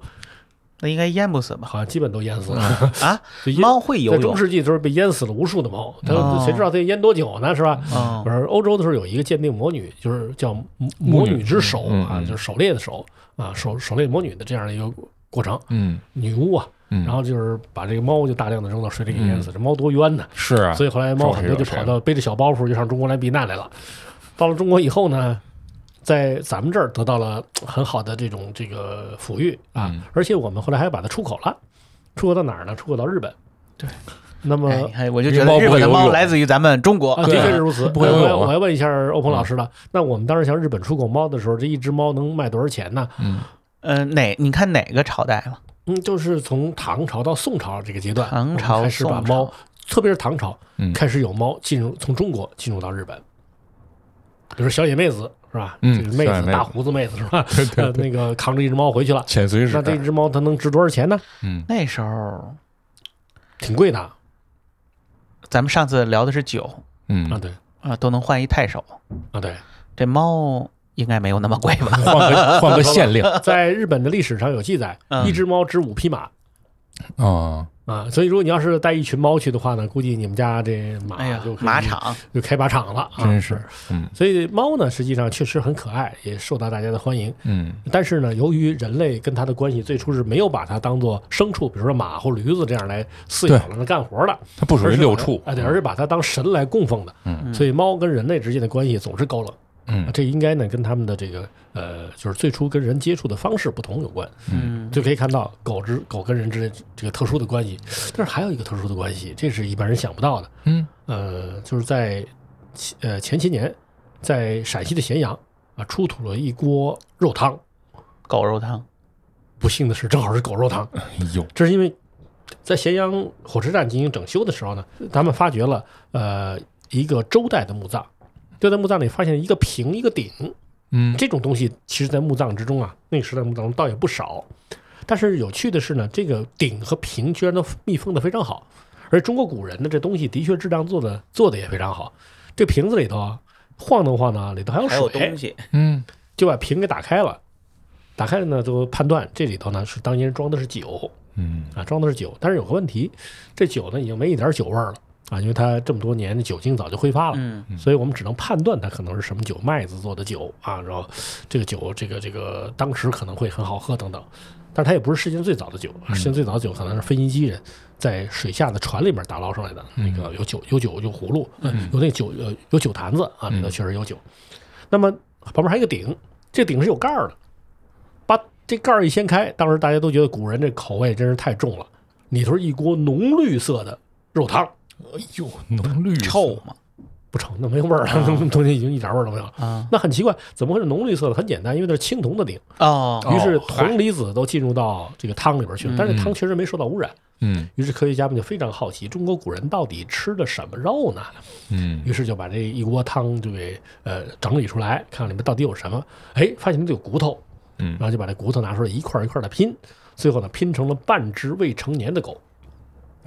Speaker 1: 那应该淹不死吧？
Speaker 3: 好像基本都淹死 了。
Speaker 1: 啊，
Speaker 3: 就淹
Speaker 1: 猫会游
Speaker 3: 在
Speaker 1: 泳
Speaker 3: 中，世纪的时候被淹死了无数的猫，
Speaker 2: 嗯
Speaker 1: 哦
Speaker 3: 它谁知道它淹多久呢？是吧？
Speaker 1: 嗯
Speaker 3: 而欧洲的时候有一个鉴定魔女，就是叫魔
Speaker 2: 魔
Speaker 3: 魔
Speaker 2: 女
Speaker 3: 女之手
Speaker 2: 嗯
Speaker 3: 啊
Speaker 2: 嗯，
Speaker 3: 就是狩猎的手啊，狩狩猎魔女的这样的一个过程，
Speaker 2: 嗯
Speaker 3: 女巫啊，
Speaker 2: 嗯，
Speaker 3: 然后就是把这个猫就大量的扔到水里给淹死，这猫多冤呐！
Speaker 2: 是啊，
Speaker 3: 所以后来猫很多就跑到背着小包袱就上中国来避难来了。到了中国以后呢，在咱们这儿得到了很好的这种这个抚育啊
Speaker 2: 嗯，
Speaker 3: 而且我们后来还把它出口了，出口到哪儿呢？出口到日本。
Speaker 1: 对，
Speaker 3: 那么
Speaker 1: 哎，你看我就
Speaker 2: 因
Speaker 1: 觉
Speaker 2: 为
Speaker 1: 得
Speaker 2: 猫
Speaker 1: 日
Speaker 2: 不
Speaker 1: 本
Speaker 2: 会
Speaker 1: 的
Speaker 2: 游
Speaker 1: 猫
Speaker 2: 泳
Speaker 1: 来自于咱们中国
Speaker 3: 啊，
Speaker 2: 对
Speaker 3: 的确是如此。
Speaker 2: 不会游
Speaker 3: 我
Speaker 2: 泳
Speaker 3: 要
Speaker 2: 啊
Speaker 3: 我要问一下欧鹏老师了，那我们当时向日本出口猫的时候，这一只猫能卖多少钱呢？
Speaker 2: 嗯
Speaker 1: 嗯、哪你看哪个朝代了？
Speaker 3: 嗯，就是从唐朝到宋朝这个阶段，
Speaker 1: 唐朝
Speaker 3: 我们开始把
Speaker 1: 宋朝
Speaker 3: 猫，特别是唐朝
Speaker 2: 嗯
Speaker 3: 开始有猫进入从中国进入到日本，比如小野妹子是吧？
Speaker 2: 嗯
Speaker 3: 这个妹
Speaker 2: 小野妹子
Speaker 3: 子大胡子妹子是吧？
Speaker 2: 对对
Speaker 3: 呃， 那个扛着一只猫回去了，
Speaker 2: 潜水
Speaker 3: 那
Speaker 2: 史，
Speaker 3: 这只猫它能值多少钱呢？
Speaker 2: 嗯
Speaker 1: 那时候
Speaker 3: 挺贵的啊，
Speaker 1: 咱们上次聊的是酒
Speaker 2: 嗯，
Speaker 3: 对
Speaker 1: 啊、都能换一太守，
Speaker 3: 啊对，
Speaker 1: 这猫应该没有那么贵吧？
Speaker 2: 换个换个县令
Speaker 3: 在日本的历史上有记载，
Speaker 1: 嗯
Speaker 3: 一只猫值五匹马。
Speaker 2: 啊，
Speaker 3: 啊，所以如果你要是带一群猫去的话呢，估计你们家这马
Speaker 1: 哎呀
Speaker 3: 啊就，可以
Speaker 1: 马场
Speaker 3: 就开马场了，啊、
Speaker 2: 真是。，嗯
Speaker 3: 所以猫呢，实际上确实很可爱，也受到大家的欢迎。
Speaker 2: 嗯
Speaker 3: 但是呢，由于人类跟它的关系最初是没有把它当做牲畜，比如说马或驴子这样来饲养让它干活的，
Speaker 2: 它不属于六畜
Speaker 3: 啊，对，而是把它当神来供奉的。
Speaker 2: 嗯
Speaker 3: 所以猫跟人类之间的关系总是高冷。
Speaker 2: 嗯
Speaker 3: 这应该呢跟他们的这个呃，就是最初跟人接触的方式不同有关。
Speaker 1: 嗯，
Speaker 3: 就可以看到狗之狗跟人之间这个特殊的关系。但是还有一个特殊的关系，这是一般人想不到的。
Speaker 2: 嗯
Speaker 3: 呃，就是在其呃前些年，在陕西的咸阳啊，出土了一锅肉汤。
Speaker 1: 狗肉汤，
Speaker 3: 不幸的是，正好是狗肉汤。
Speaker 1: 嗯
Speaker 2: 哎呦，
Speaker 3: 这是因为在咸阳火车站进行整修的时候呢，
Speaker 1: 嗯
Speaker 3: 他们发掘了呃一个周代的墓葬。就在墓葬里发现了一个瓶，一个鼎，
Speaker 2: 嗯
Speaker 3: 这种东西其实，在墓葬之中啊，那个时代墓葬中倒也不少。但是有趣的是呢，这个鼎和瓶居然都密封的非常好，而中国古人的这东西的确质量做的做的也非常好。这瓶子里头啊，晃荡晃荡啊，里头还有
Speaker 1: 还
Speaker 3: 水，
Speaker 1: 有东西，
Speaker 2: 嗯
Speaker 3: 就把瓶给打开了。打开了呢，就判断这里头呢是当年装的是酒
Speaker 2: 嗯
Speaker 3: 啊，装的是酒。但是有个问题，这酒呢已经没一点酒味儿了，啊，因为它这么多年的酒精早就挥发了，
Speaker 1: 嗯
Speaker 3: 所以我们只能判断它可能是什么酒，麦子做的酒啊，然后这个酒，这个这个当时可能会很好喝等等，但是它也不是世界最早的酒，啊世界最早的酒可能是腓尼基人在水下的船里面打捞上来的，那个有酒有酒有葫芦，有那酒呃有酒坛子啊，里头确实有酒。那么旁边还有一个鼎，这鼎是有盖儿的，把这盖儿一掀开，当时大家都觉得古人这口味真是太重了，里头是一锅浓绿色的肉汤。
Speaker 2: 哎呦，浓绿色
Speaker 1: 臭嘛
Speaker 3: 不成，那没味儿了，那 么多年已经一点味儿都没有了。
Speaker 1: 啊
Speaker 3: 那很奇怪，怎么会是浓绿色的？很简单，因为那是青铜的鼎，
Speaker 1: 哦，嗯
Speaker 3: 于是
Speaker 2: 哦嗨
Speaker 3: 铜离子都进入到这个汤里边去了。但是汤确实没受到污染，
Speaker 2: 嗯
Speaker 3: 于是科学家们就非常好奇，中国古人到底吃的什么肉呢？
Speaker 2: 嗯
Speaker 3: 于是就把这一锅汤就给呃整理出来，看看里面到底有什么。哎，发现里面有骨头，
Speaker 2: 嗯
Speaker 3: 然后就把这骨头拿出来一块儿一块的拼，最后呢拼成了半只未成年的狗。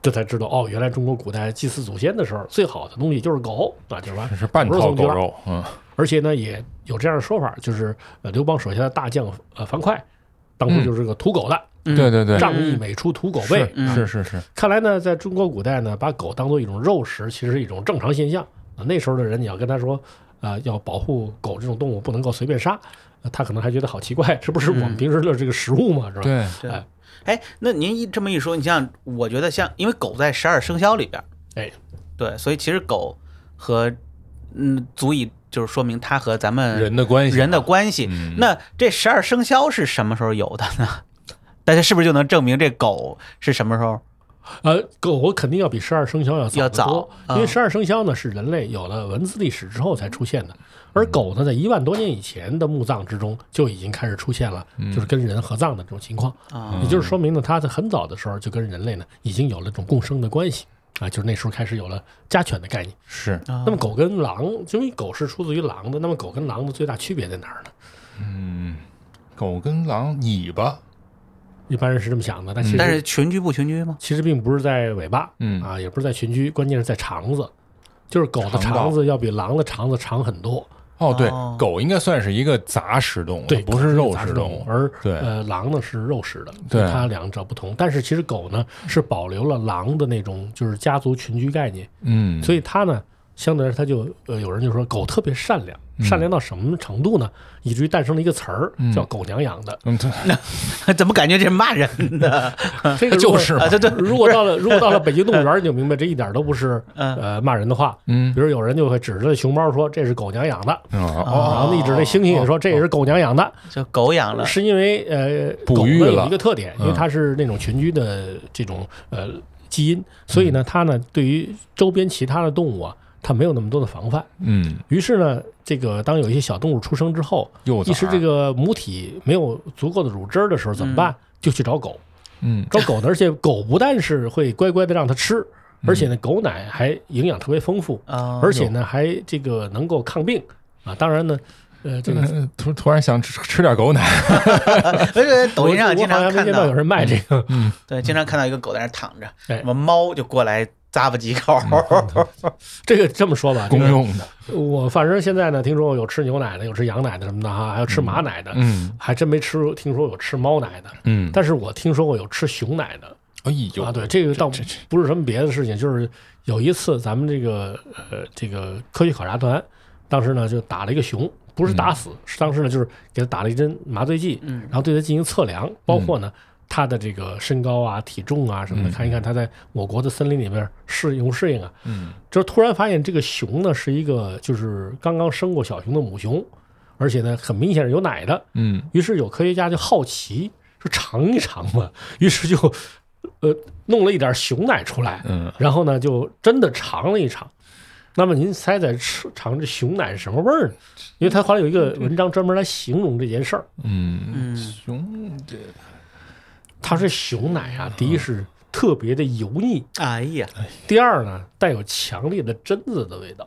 Speaker 3: 这才知道哦，原来中国古代祭祀祖先的时候，最好的东西就是狗啊，就是吧？
Speaker 2: 这是半
Speaker 3: 不
Speaker 2: 套
Speaker 3: 送去
Speaker 2: 狗
Speaker 3: 了
Speaker 2: 肉，嗯
Speaker 3: 而且呢，也有这样的说法，就是呃，刘邦手下的大将呃樊哙，当初就是个屠狗的，
Speaker 1: 嗯
Speaker 2: 对对对，
Speaker 3: 仗义每出屠狗辈。
Speaker 1: 嗯
Speaker 2: 是是是是，
Speaker 3: 看来呢，在中国古代呢，把狗当做一种肉食，其实是一种正常现象。啊、那时候的人，你要跟他说，啊，要保护狗这种动物不能够随便杀，呃他可能还觉得好奇怪，这不是
Speaker 2: 嗯
Speaker 3: 我们平时的这个食物吗？是吧？
Speaker 2: 对，
Speaker 1: 对
Speaker 3: 哎。
Speaker 1: 哎，那您一这么一说，你像我觉得像，因为狗在十二生肖里边，
Speaker 3: 哎，
Speaker 1: 对，所以其实狗和嗯，足以就是说明它和咱们
Speaker 2: 人的关系，
Speaker 1: 人的关系。
Speaker 2: 嗯
Speaker 1: 那这十二生肖是什么时候有的呢？ 大家是不是就能证明这狗是什么时候？
Speaker 3: 呃，狗肯定要比十二生肖要早
Speaker 1: 要
Speaker 3: 得
Speaker 1: 早
Speaker 3: 多，
Speaker 1: 嗯
Speaker 3: 因为十二生肖呢是人类有了文字历史之后才出现的，
Speaker 1: 嗯
Speaker 3: 而狗呢在一万多年以前的墓葬之中就已经开始出现了，就是跟人合葬的这种情况，
Speaker 1: 嗯啊
Speaker 3: 也就是说明呢它在很早的时候就跟人类呢已经有了这种共生的关系啊，就是那时候开始有了家犬的概念。
Speaker 2: 是
Speaker 1: 啊
Speaker 3: 那么狗跟狼，因为狗是出自于狼的，那么狗跟狼的最大区别在哪儿呢？
Speaker 2: 狗跟狼尾巴，
Speaker 3: 一般人是这么想的，但其实
Speaker 1: 但是群居不群居吗？
Speaker 3: 其实并不是在尾巴，
Speaker 2: 嗯
Speaker 3: 啊，也不是在群居，关键是在肠子，就是狗的
Speaker 2: 肠道
Speaker 3: 肠子要比狼的肠子长很多，
Speaker 2: 哦对
Speaker 1: 哦，
Speaker 2: 狗应该算是一个杂食动物，
Speaker 3: 对，
Speaker 2: 不是肉
Speaker 3: 杂
Speaker 2: 食
Speaker 3: 食
Speaker 2: 动
Speaker 3: 物
Speaker 2: 物，，
Speaker 3: 而
Speaker 2: 对
Speaker 3: 呃狼呢是肉食的，
Speaker 2: 对
Speaker 3: 它两者不同。但是其实狗呢是保留了狼的那种就是家族群居概念，
Speaker 2: 嗯，
Speaker 3: 所以它呢相对来说它就呃有人就说狗特别善良，
Speaker 2: 嗯
Speaker 3: 善良到什么程度呢？以至于诞生了一个词儿叫“狗娘养的”，
Speaker 2: 嗯，对，
Speaker 1: 怎么感觉这是骂人 的？
Speaker 3: 这个 如
Speaker 2: 就
Speaker 3: 果
Speaker 2: 是嘛
Speaker 1: 啊，，对对，
Speaker 3: 如果到了如果到了北京动物园，你就明白这一点都不是
Speaker 1: 嗯
Speaker 3: 呃骂人的话。
Speaker 2: 嗯
Speaker 3: 比如有人就会指着熊猫说这是狗娘养的，啊
Speaker 2: 哦，
Speaker 1: 哦
Speaker 3: 然后一指那猩猩也说这也是狗娘养的，
Speaker 1: 就狗 养了，
Speaker 3: 是因为呃
Speaker 2: 哺
Speaker 3: 狗呢
Speaker 2: 育了嗯
Speaker 3: 有一个特点，因为它是那种群居的这种呃基因，所以呢它呢对于周边其他的动物啊，它没有那么多的防范。
Speaker 2: 嗯，
Speaker 3: 于是呢，这个当有一些小动物出生之后，
Speaker 2: 幼崽
Speaker 3: 一
Speaker 2: 儿
Speaker 3: 时这，个母体没有足够的乳汁儿的时候怎么办？就去找狗。
Speaker 2: 嗯
Speaker 3: 找狗呢，而且狗不但是会乖乖的让它吃，
Speaker 1: 嗯
Speaker 3: 而且呢，狗奶还营养特别丰富，
Speaker 1: 啊，
Speaker 3: 而且呢，还这个能够抗病啊。当然呢，呃，这
Speaker 2: 这
Speaker 3: 个
Speaker 1: 嗯
Speaker 2: 个嗯突突然想吃吃点狗奶，
Speaker 1: 而且呃抖音上
Speaker 3: 我
Speaker 1: 经
Speaker 3: 好像
Speaker 1: 常
Speaker 3: 没
Speaker 1: 看嗯
Speaker 3: 见到有人卖这个。
Speaker 1: 对，经常看到一个狗在那儿躺着，
Speaker 3: 哎
Speaker 1: 什么猫就过来咂巴几口，
Speaker 3: 这个这么说吧，这
Speaker 2: 公
Speaker 3: 个
Speaker 2: 用的，
Speaker 3: 我反正现在呢，听说有吃牛奶的，有吃羊奶的什么的哈，还有吃马奶的，
Speaker 2: 嗯
Speaker 3: 还真没吃听说有吃猫奶的，
Speaker 2: 嗯，
Speaker 3: 但是我听说过有吃熊奶的。
Speaker 2: 哎呦
Speaker 3: 啊，，对，这个倒
Speaker 2: 这这
Speaker 3: 不是什么别的事情，就是有一次咱们这个呃这个科学考察团，当时呢就打了一个熊，不是打死，是当时呢就是给它打了一针麻醉剂，
Speaker 1: 嗯
Speaker 3: 然后对它进行测量，包括呢它的这个身高啊、体重啊什么的，看一看它在我国的森林里面适应不适应啊。
Speaker 2: 嗯，
Speaker 3: 就突然发现这个熊呢是一个就是刚刚生过小熊的母熊，而且呢很明显是有奶的，
Speaker 2: 嗯
Speaker 3: 于是有科学家就好奇，说尝一尝吧， 于是就呃弄了一点熊奶出来，
Speaker 2: 嗯，
Speaker 3: 然后呢就真的尝了一尝。那么您猜猜吃尝这熊奶是什么味儿呢？因为他后来有一个文章专门来形容这件事儿，
Speaker 2: 嗯，
Speaker 1: 嗯
Speaker 2: 熊这
Speaker 3: 他说熊奶啊，第一是特别的油腻，
Speaker 1: 哎呀，
Speaker 3: 第二呢带有强烈的榛子的味道。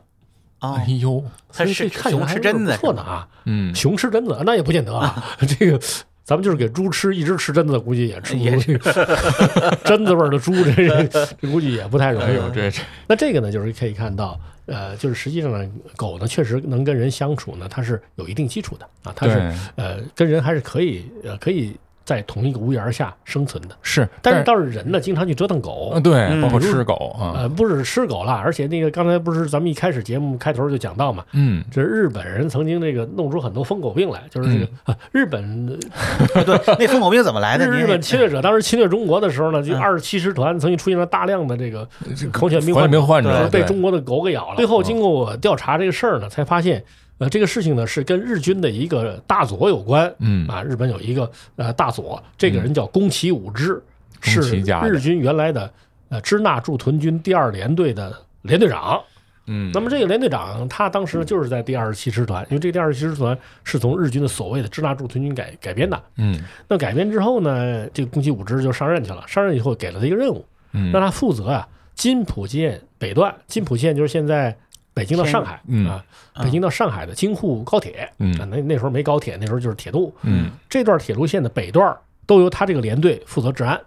Speaker 1: 哦
Speaker 2: 哎，呦，
Speaker 1: 它
Speaker 3: 所以
Speaker 1: 是
Speaker 3: 这看起来
Speaker 1: 熊
Speaker 3: 还
Speaker 1: 吃
Speaker 3: 味儿
Speaker 1: 榛子
Speaker 3: 不错呢啊，
Speaker 2: 嗯，
Speaker 3: 熊吃榛子那也不见得啊，这个。咱们就是给猪吃，一直吃榛子，估计也吃不出 这个榛子味儿的猪，这这这估计也不太容
Speaker 2: 哎
Speaker 3: 易啊
Speaker 2: 呦，。这这，
Speaker 3: 那这个呢，就是可以看到，呃，就是实际上呢，狗呢确实能跟人相处呢，它是有一定基础的啊，它是
Speaker 2: 对
Speaker 3: 呃跟人还是可以呃可以在同一个屋檐下生存的。
Speaker 2: 是，
Speaker 3: 但
Speaker 2: 但
Speaker 3: 是倒是人呢，经常去折腾狗
Speaker 2: 啊，，对，
Speaker 1: 嗯
Speaker 2: 包括吃狗啊，
Speaker 3: 呃，不只是吃狗啦，而且那个刚才不是咱们一开始节目开头就讲到嘛，
Speaker 2: 嗯，
Speaker 3: 这日本人曾经这个弄出很多疯狗病来，就是这个、啊日本
Speaker 1: 对，那疯狗病怎么来的？
Speaker 3: 日
Speaker 1: 你
Speaker 3: 日本侵略者当时侵略中国的时候呢，就
Speaker 1: 嗯
Speaker 3: 二十七师团曾经出现了大量的这个
Speaker 2: 嗯
Speaker 3: 狂犬病
Speaker 2: 狂
Speaker 3: 患
Speaker 2: 犬病患
Speaker 1: 对
Speaker 2: 者
Speaker 3: 被
Speaker 2: 对
Speaker 3: 中国的狗给咬了。最后经过我调查这个事儿呢，才发现，呃，这个事情呢是跟日军的一个大佐有关。
Speaker 2: 嗯
Speaker 3: 啊，日本有一个呃大佐，这个人叫宫崎武之，
Speaker 2: 宫
Speaker 3: 是
Speaker 2: 崎家的
Speaker 3: 日军原来的呃支那驻屯军第二联队的连队长。
Speaker 2: 嗯，
Speaker 3: 那么这个连队长他当时就是在第二十七师团，因为这个第二十七师团是从日军的所谓的支那驻屯军改改编的。
Speaker 2: 嗯
Speaker 3: 那改编之后呢，这个宫崎武之就上任去了，上任以后给了他一个任务，让
Speaker 2: 嗯
Speaker 3: 他负责啊金浦线北段，金浦线就是现在北京到上海
Speaker 2: 天津嗯
Speaker 3: 啊，北京到上海的京沪高铁。啊
Speaker 2: 嗯，
Speaker 3: 那那时候没高铁，那时候就是铁路。
Speaker 2: 嗯，
Speaker 3: 这段铁路线的北段儿都由他这个连队负责治安。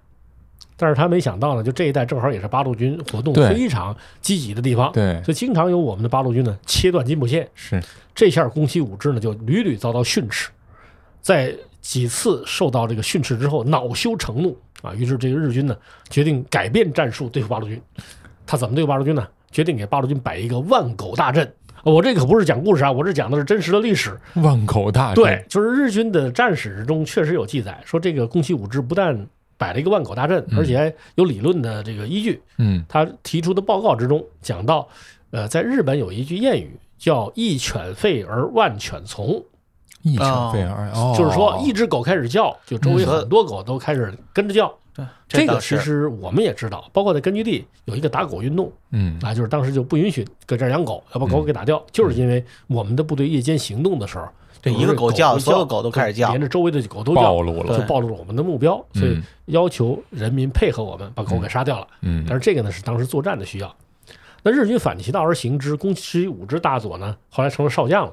Speaker 3: 但是他没想到呢，就这一带正好也是八路军活动
Speaker 2: 对
Speaker 3: 非常积极的地方，
Speaker 2: 对，
Speaker 3: 所以经常有我们的八路军呢切断金浦线。
Speaker 2: 是，
Speaker 3: 这下宫崎武之呢就屡屡遭到训斥，在几次受到这个训斥之后，恼羞成怒啊，于是这个日军呢决定改变战术对付八路军。他怎么对付八路军呢？决定给八路军摆一个万狗大阵。我这可不是讲故事啊，我这讲的是真实的历史。
Speaker 2: 万口大
Speaker 3: 对，就是日军的战史中确实有记载，说这个宫崎武之不但摆了一个万狗大阵，而且还有理论的这个依据。
Speaker 2: 嗯
Speaker 3: 他提出的报告之中讲到，呃，在日本有一句谚语叫“一犬吠而万犬从
Speaker 2: 一犬
Speaker 1: 哦
Speaker 2: 吠而哦”，
Speaker 3: 就是说一只狗开始叫，就周围很多狗都开始跟着叫。
Speaker 1: 对，
Speaker 3: 这
Speaker 1: 嗯倒
Speaker 3: 个其
Speaker 1: 是
Speaker 3: 实我们也知道，包括在根据地有一个打狗运动
Speaker 2: 嗯
Speaker 3: 啊，就是当时就不允许搁这儿养狗，要把
Speaker 1: 嗯
Speaker 3: 狗给打掉，就是因为我们的部队夜间行动的时候，
Speaker 1: 对
Speaker 3: 有
Speaker 1: 一个
Speaker 3: 狗
Speaker 1: 狗叫所有狗都开始叫
Speaker 3: 连着周围的狗都叫
Speaker 2: 暴。露了，
Speaker 3: 就
Speaker 1: 对
Speaker 3: 暴露了我们的目标，
Speaker 2: 嗯
Speaker 3: 所以要求人民配合我们把狗给杀掉了。
Speaker 2: 嗯
Speaker 3: 但是这个呢是当时作战的需要。那日军反其道而行之，宫崎武之大佐呢后来成了少将了。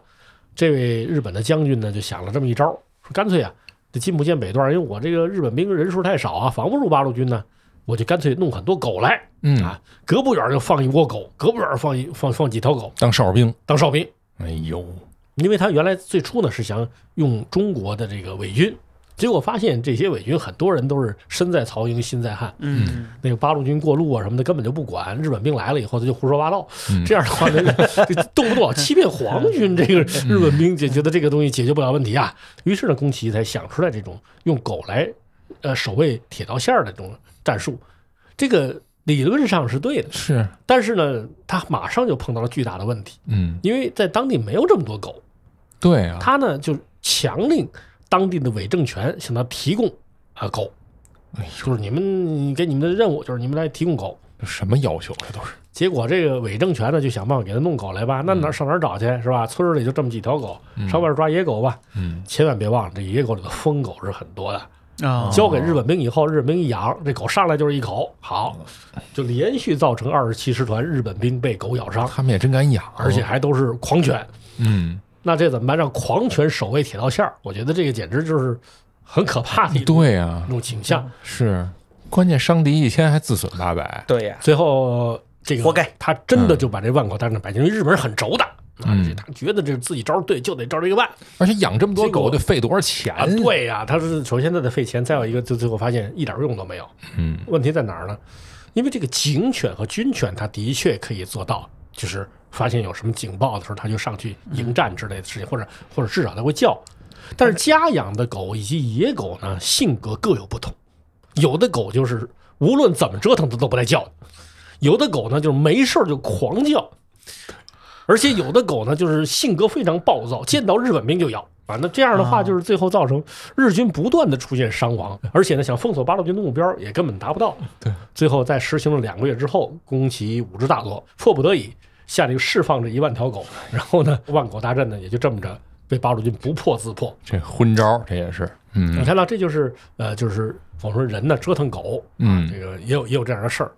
Speaker 3: 这位日本的将军呢就想了这么一招，说干脆啊，这进不见北段，因为我这个日本兵人数太少啊，防不住八路军呢，我就干脆弄很多狗来，
Speaker 2: 嗯
Speaker 3: 啊，隔不远就放一窝狗，隔不远放一放放几条狗
Speaker 2: 当哨兵，
Speaker 3: 当哨兵。
Speaker 2: 哎呦，
Speaker 3: 因为他原来最初呢是想用中国的这个伪军，结果发现这些伪军很多人都是身在曹营心在汉，
Speaker 1: 嗯，
Speaker 3: 那个八路军过路啊什么的根本就不管，日本兵来了以后他就胡说八道，
Speaker 2: 嗯
Speaker 3: 这样的话呢， 这动不动老欺骗皇军，这个日本兵解决的这个东西解决不了问题啊。于是呢，宫崎才想出来这种用狗来呃守卫铁道线儿的这种战术，这个理论上是对的，
Speaker 2: 是，
Speaker 3: 但是呢，他马上就碰到了巨大的问题，
Speaker 2: 嗯，
Speaker 3: 因为在当地没有这么多狗。
Speaker 2: 对啊，
Speaker 3: 他呢就强令当地的伪政权向他提供啊狗，就是你们给你们的任务就是你们来提供狗。
Speaker 2: 这什么要求啊这都是，
Speaker 3: 结果这个伪政权呢就想办法给他弄狗来吧，那哪上哪儿找去是吧？村儿里就这么几条狗，上外边抓野狗吧。
Speaker 2: 嗯
Speaker 3: 千万别忘了，这野狗里的疯狗是很多的。
Speaker 1: 啊，
Speaker 3: 交给日本兵以后，日本兵一养，这狗上来就是一口，好，就连续造成二十七师团日本兵被狗咬伤，
Speaker 2: 他们也真敢养，
Speaker 3: 而且还都是狂犬。
Speaker 2: 嗯，
Speaker 3: 那这怎么办？让狂犬守卫铁道线儿，我觉得这个简直就是很可怕的一种
Speaker 2: 对啊
Speaker 3: 一，种景
Speaker 1: 嗯
Speaker 3: 象。
Speaker 2: 是，关键伤敌一千还自损八百，
Speaker 1: 对呀，
Speaker 3: 最后这个
Speaker 1: 活该，
Speaker 3: 他真的就把这万口大战摆进，因为日本人很轴的。啊
Speaker 2: 嗯，
Speaker 3: 这他觉得这自己招儿对，就得照这个办
Speaker 2: 而且养这么多
Speaker 3: 结果
Speaker 2: 狗得费多少钱
Speaker 3: 啊！？，对呀、他是首先他得费钱，再有一个就最后发现一点用都没有。
Speaker 2: 嗯，
Speaker 3: 问题在哪儿呢？因为这个警犬和军犬，它的确可以做到，就是发现有什么警报的时候，它就上去迎战之类的事情，或者或者至少它会叫。但是家养的狗以及野狗呢，性格各有不同。有的狗就是无论怎么折腾它都不带叫，有的狗呢就是没事儿就狂叫，而且有的狗呢就是性格非常暴躁，见到日本兵就咬啊。那这样的话，
Speaker 1: 啊
Speaker 3: 就是最后造成日军不断的出现伤亡，而且呢想封锁八路军的目标也根本达不到。
Speaker 2: 对，
Speaker 3: 最后在实行了两个月之后，宫崎武之大佐迫不得已下令释放这一万条狗，然后呢万狗大战呢也就这么着被八路军不破自破。
Speaker 2: 这昏招这也是，嗯
Speaker 3: 你看到这就是呃，就是我们说人呢折腾狗，
Speaker 2: 嗯
Speaker 3: 这个也有也有这样的事儿。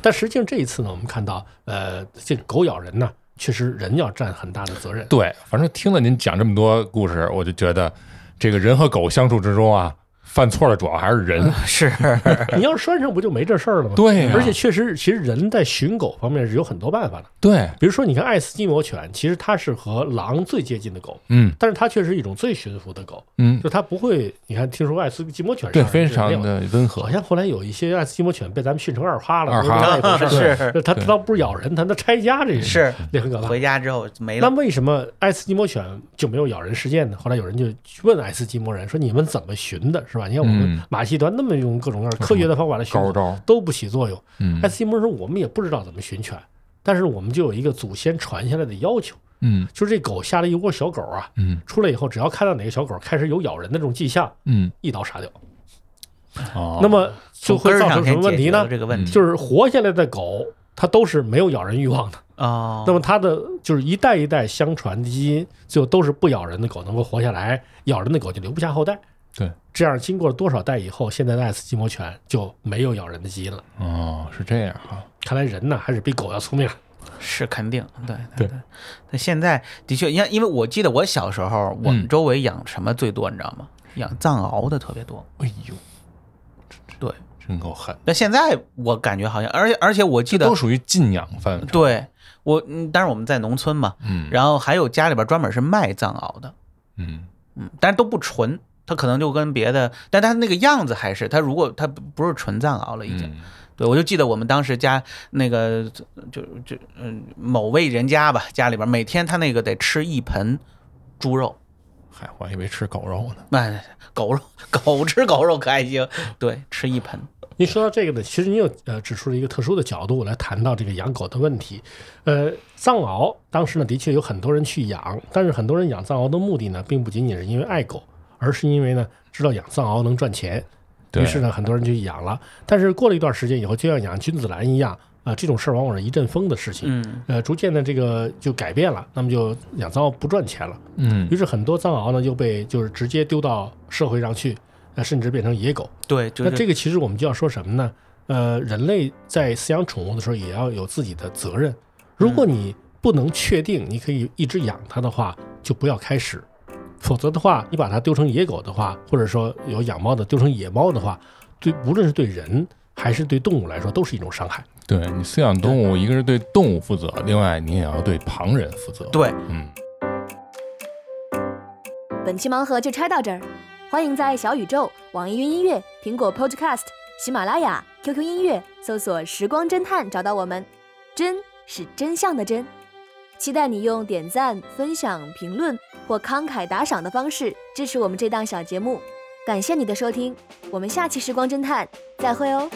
Speaker 3: 但实际上这一次呢，我们看到呃，这个狗咬人呢，确实人要占很大的责任。
Speaker 2: 对，反正听了您讲这么多故事，我就觉得这个人和狗相处之中啊，犯错的主要还是
Speaker 3: 嗯
Speaker 2: 人，
Speaker 1: 是，
Speaker 3: 你要是拴上不就没这事儿了吗？
Speaker 2: 对呀
Speaker 3: 而且确实，其实人在寻狗方面是有很多办法的。
Speaker 2: 对，
Speaker 3: 比如说，你看爱斯基摩犬，其实它是和狼最接近的狗，
Speaker 2: 嗯
Speaker 3: 但是它却是一种最驯服的狗，
Speaker 2: 嗯，
Speaker 3: 就它不会。你看，听说爱斯基摩犬
Speaker 2: 对，
Speaker 3: 上人
Speaker 2: 非
Speaker 3: 是那
Speaker 2: 常
Speaker 3: 样，
Speaker 2: 的温
Speaker 3: 好
Speaker 2: 和，
Speaker 3: 像后来有一些爱斯基摩犬被咱们训成二哈了，
Speaker 2: 二哈
Speaker 3: 不知 道是
Speaker 1: 是
Speaker 3: 那它它
Speaker 2: 对
Speaker 3: 倒不是咬人，它它拆家这
Speaker 1: 是，
Speaker 3: 那很可怕。
Speaker 1: 回家之后没
Speaker 3: 嗯那
Speaker 1: 了，
Speaker 3: 为什么爱斯基摩犬就没有咬人事件呢？后来有人就去问爱斯基摩人说：“你们怎么寻的？是吧？你看我们
Speaker 2: 嗯
Speaker 3: 马戏团那么用各种各样科学的方法来寻
Speaker 2: 高招，
Speaker 3: 都不起作用。
Speaker 2: 嗯
Speaker 3: 爱斯基摩人说我们也不知道怎么寻犬，但是我们就有一个祖先传下来的要求，
Speaker 2: 嗯
Speaker 3: 就是这狗下了一窝小狗啊，
Speaker 2: 嗯
Speaker 3: 出来以后只要看到哪个小狗开始有咬人的这种迹象，
Speaker 2: 嗯，
Speaker 3: 一刀杀掉。
Speaker 2: 哦
Speaker 3: 那么就
Speaker 1: 从
Speaker 3: 会
Speaker 1: 根儿
Speaker 3: 造
Speaker 1: 上
Speaker 3: 成什
Speaker 1: 先
Speaker 3: 么
Speaker 1: 解
Speaker 3: 问题
Speaker 1: 决了
Speaker 3: 呢？
Speaker 1: 这个嗯问题
Speaker 3: 就是活下来的狗，它都是没有咬人欲望的。
Speaker 1: 哦，
Speaker 3: 那么它的就是一代一代相传的基因，最后都是不咬人的狗能够活下来，咬人的狗就留不下后代。
Speaker 2: 对，
Speaker 3: 这样经过了多少代以后，现在的爱斯基摩犬就没有咬人的基因了。
Speaker 2: 哦是这样啊，
Speaker 3: 看来人呢还是比狗要聪明。啊
Speaker 1: 是肯定，对
Speaker 2: 对
Speaker 1: 对。那现在的确，因为因为我记得我小时候，我们
Speaker 2: 嗯
Speaker 1: 周围养什么最多，你知道吗？养藏獒的特别多。
Speaker 2: 哎呦，
Speaker 1: 对，
Speaker 2: 真够狠，
Speaker 1: 那现在我感觉好像，而且而且我记得
Speaker 2: 都，属于禁养范围，
Speaker 1: 对我，嗯，当然我们在农村嘛，
Speaker 2: 嗯
Speaker 1: 然后还有家里边专门是卖藏獒的，
Speaker 2: 嗯
Speaker 1: 嗯，但是都不纯，它可能就跟别的，但它那个样子还是，它如果它不不是纯藏獒了已经。
Speaker 2: 嗯
Speaker 1: 对，我就记得我们当时家那个就就嗯某位人家吧，家里边每天他那个得吃一盆猪肉，
Speaker 2: 嗨，我还以为吃狗肉呢，
Speaker 1: 哎，狗肉狗吃狗肉可还行，对，吃一盆，
Speaker 3: 您说到这个呢，其实您又呃指出了一个特殊的角度来谈到这个养狗的问题。呃，藏獒当时呢的确有很多人去养，但是很多人养藏獒的目的呢，并不仅仅是因为爱狗，而是因为呢知道养藏獒能赚钱，
Speaker 2: 对
Speaker 3: 于是呢很多人就养了。但是过了一段时间以后，就像养君子兰一样，啊、这种事儿往往是一阵风的事情。
Speaker 1: 嗯，
Speaker 3: 呃，逐渐的这个就改变了，那么就养藏獒不赚钱了。
Speaker 2: 嗯
Speaker 3: 于是很多藏獒呢就被就是直接丢到社会上去，呃，甚至变成野狗。
Speaker 1: 对，就
Speaker 3: 那
Speaker 1: 是
Speaker 3: 这个其实我们就要说什么呢？呃，人类在饲养宠物的时候也要有自己的责任。如果你不能确定你可以一直养它的话，就不要开始。否则的话，你把它丢成野狗的话，或者说有养猫的丢成野猫的话，对无论是对人还是对动物来说，都是一种伤害。
Speaker 2: 对你饲养动物，一个是对动物负责，另外你也要对旁人负责。，
Speaker 1: 对，
Speaker 2: 嗯，
Speaker 4: 本期盲盒就拆到这儿，欢迎在小宇宙、网易云音乐、苹果 Podcast、喜马拉雅、QQ 音乐搜索“时光侦探”找到我们。真是真相的真，期待你用点赞、分享、评论或慷慨打赏的方式支持我们这档小节目。感谢你的收听，我们下期《时光侦探》再会哦。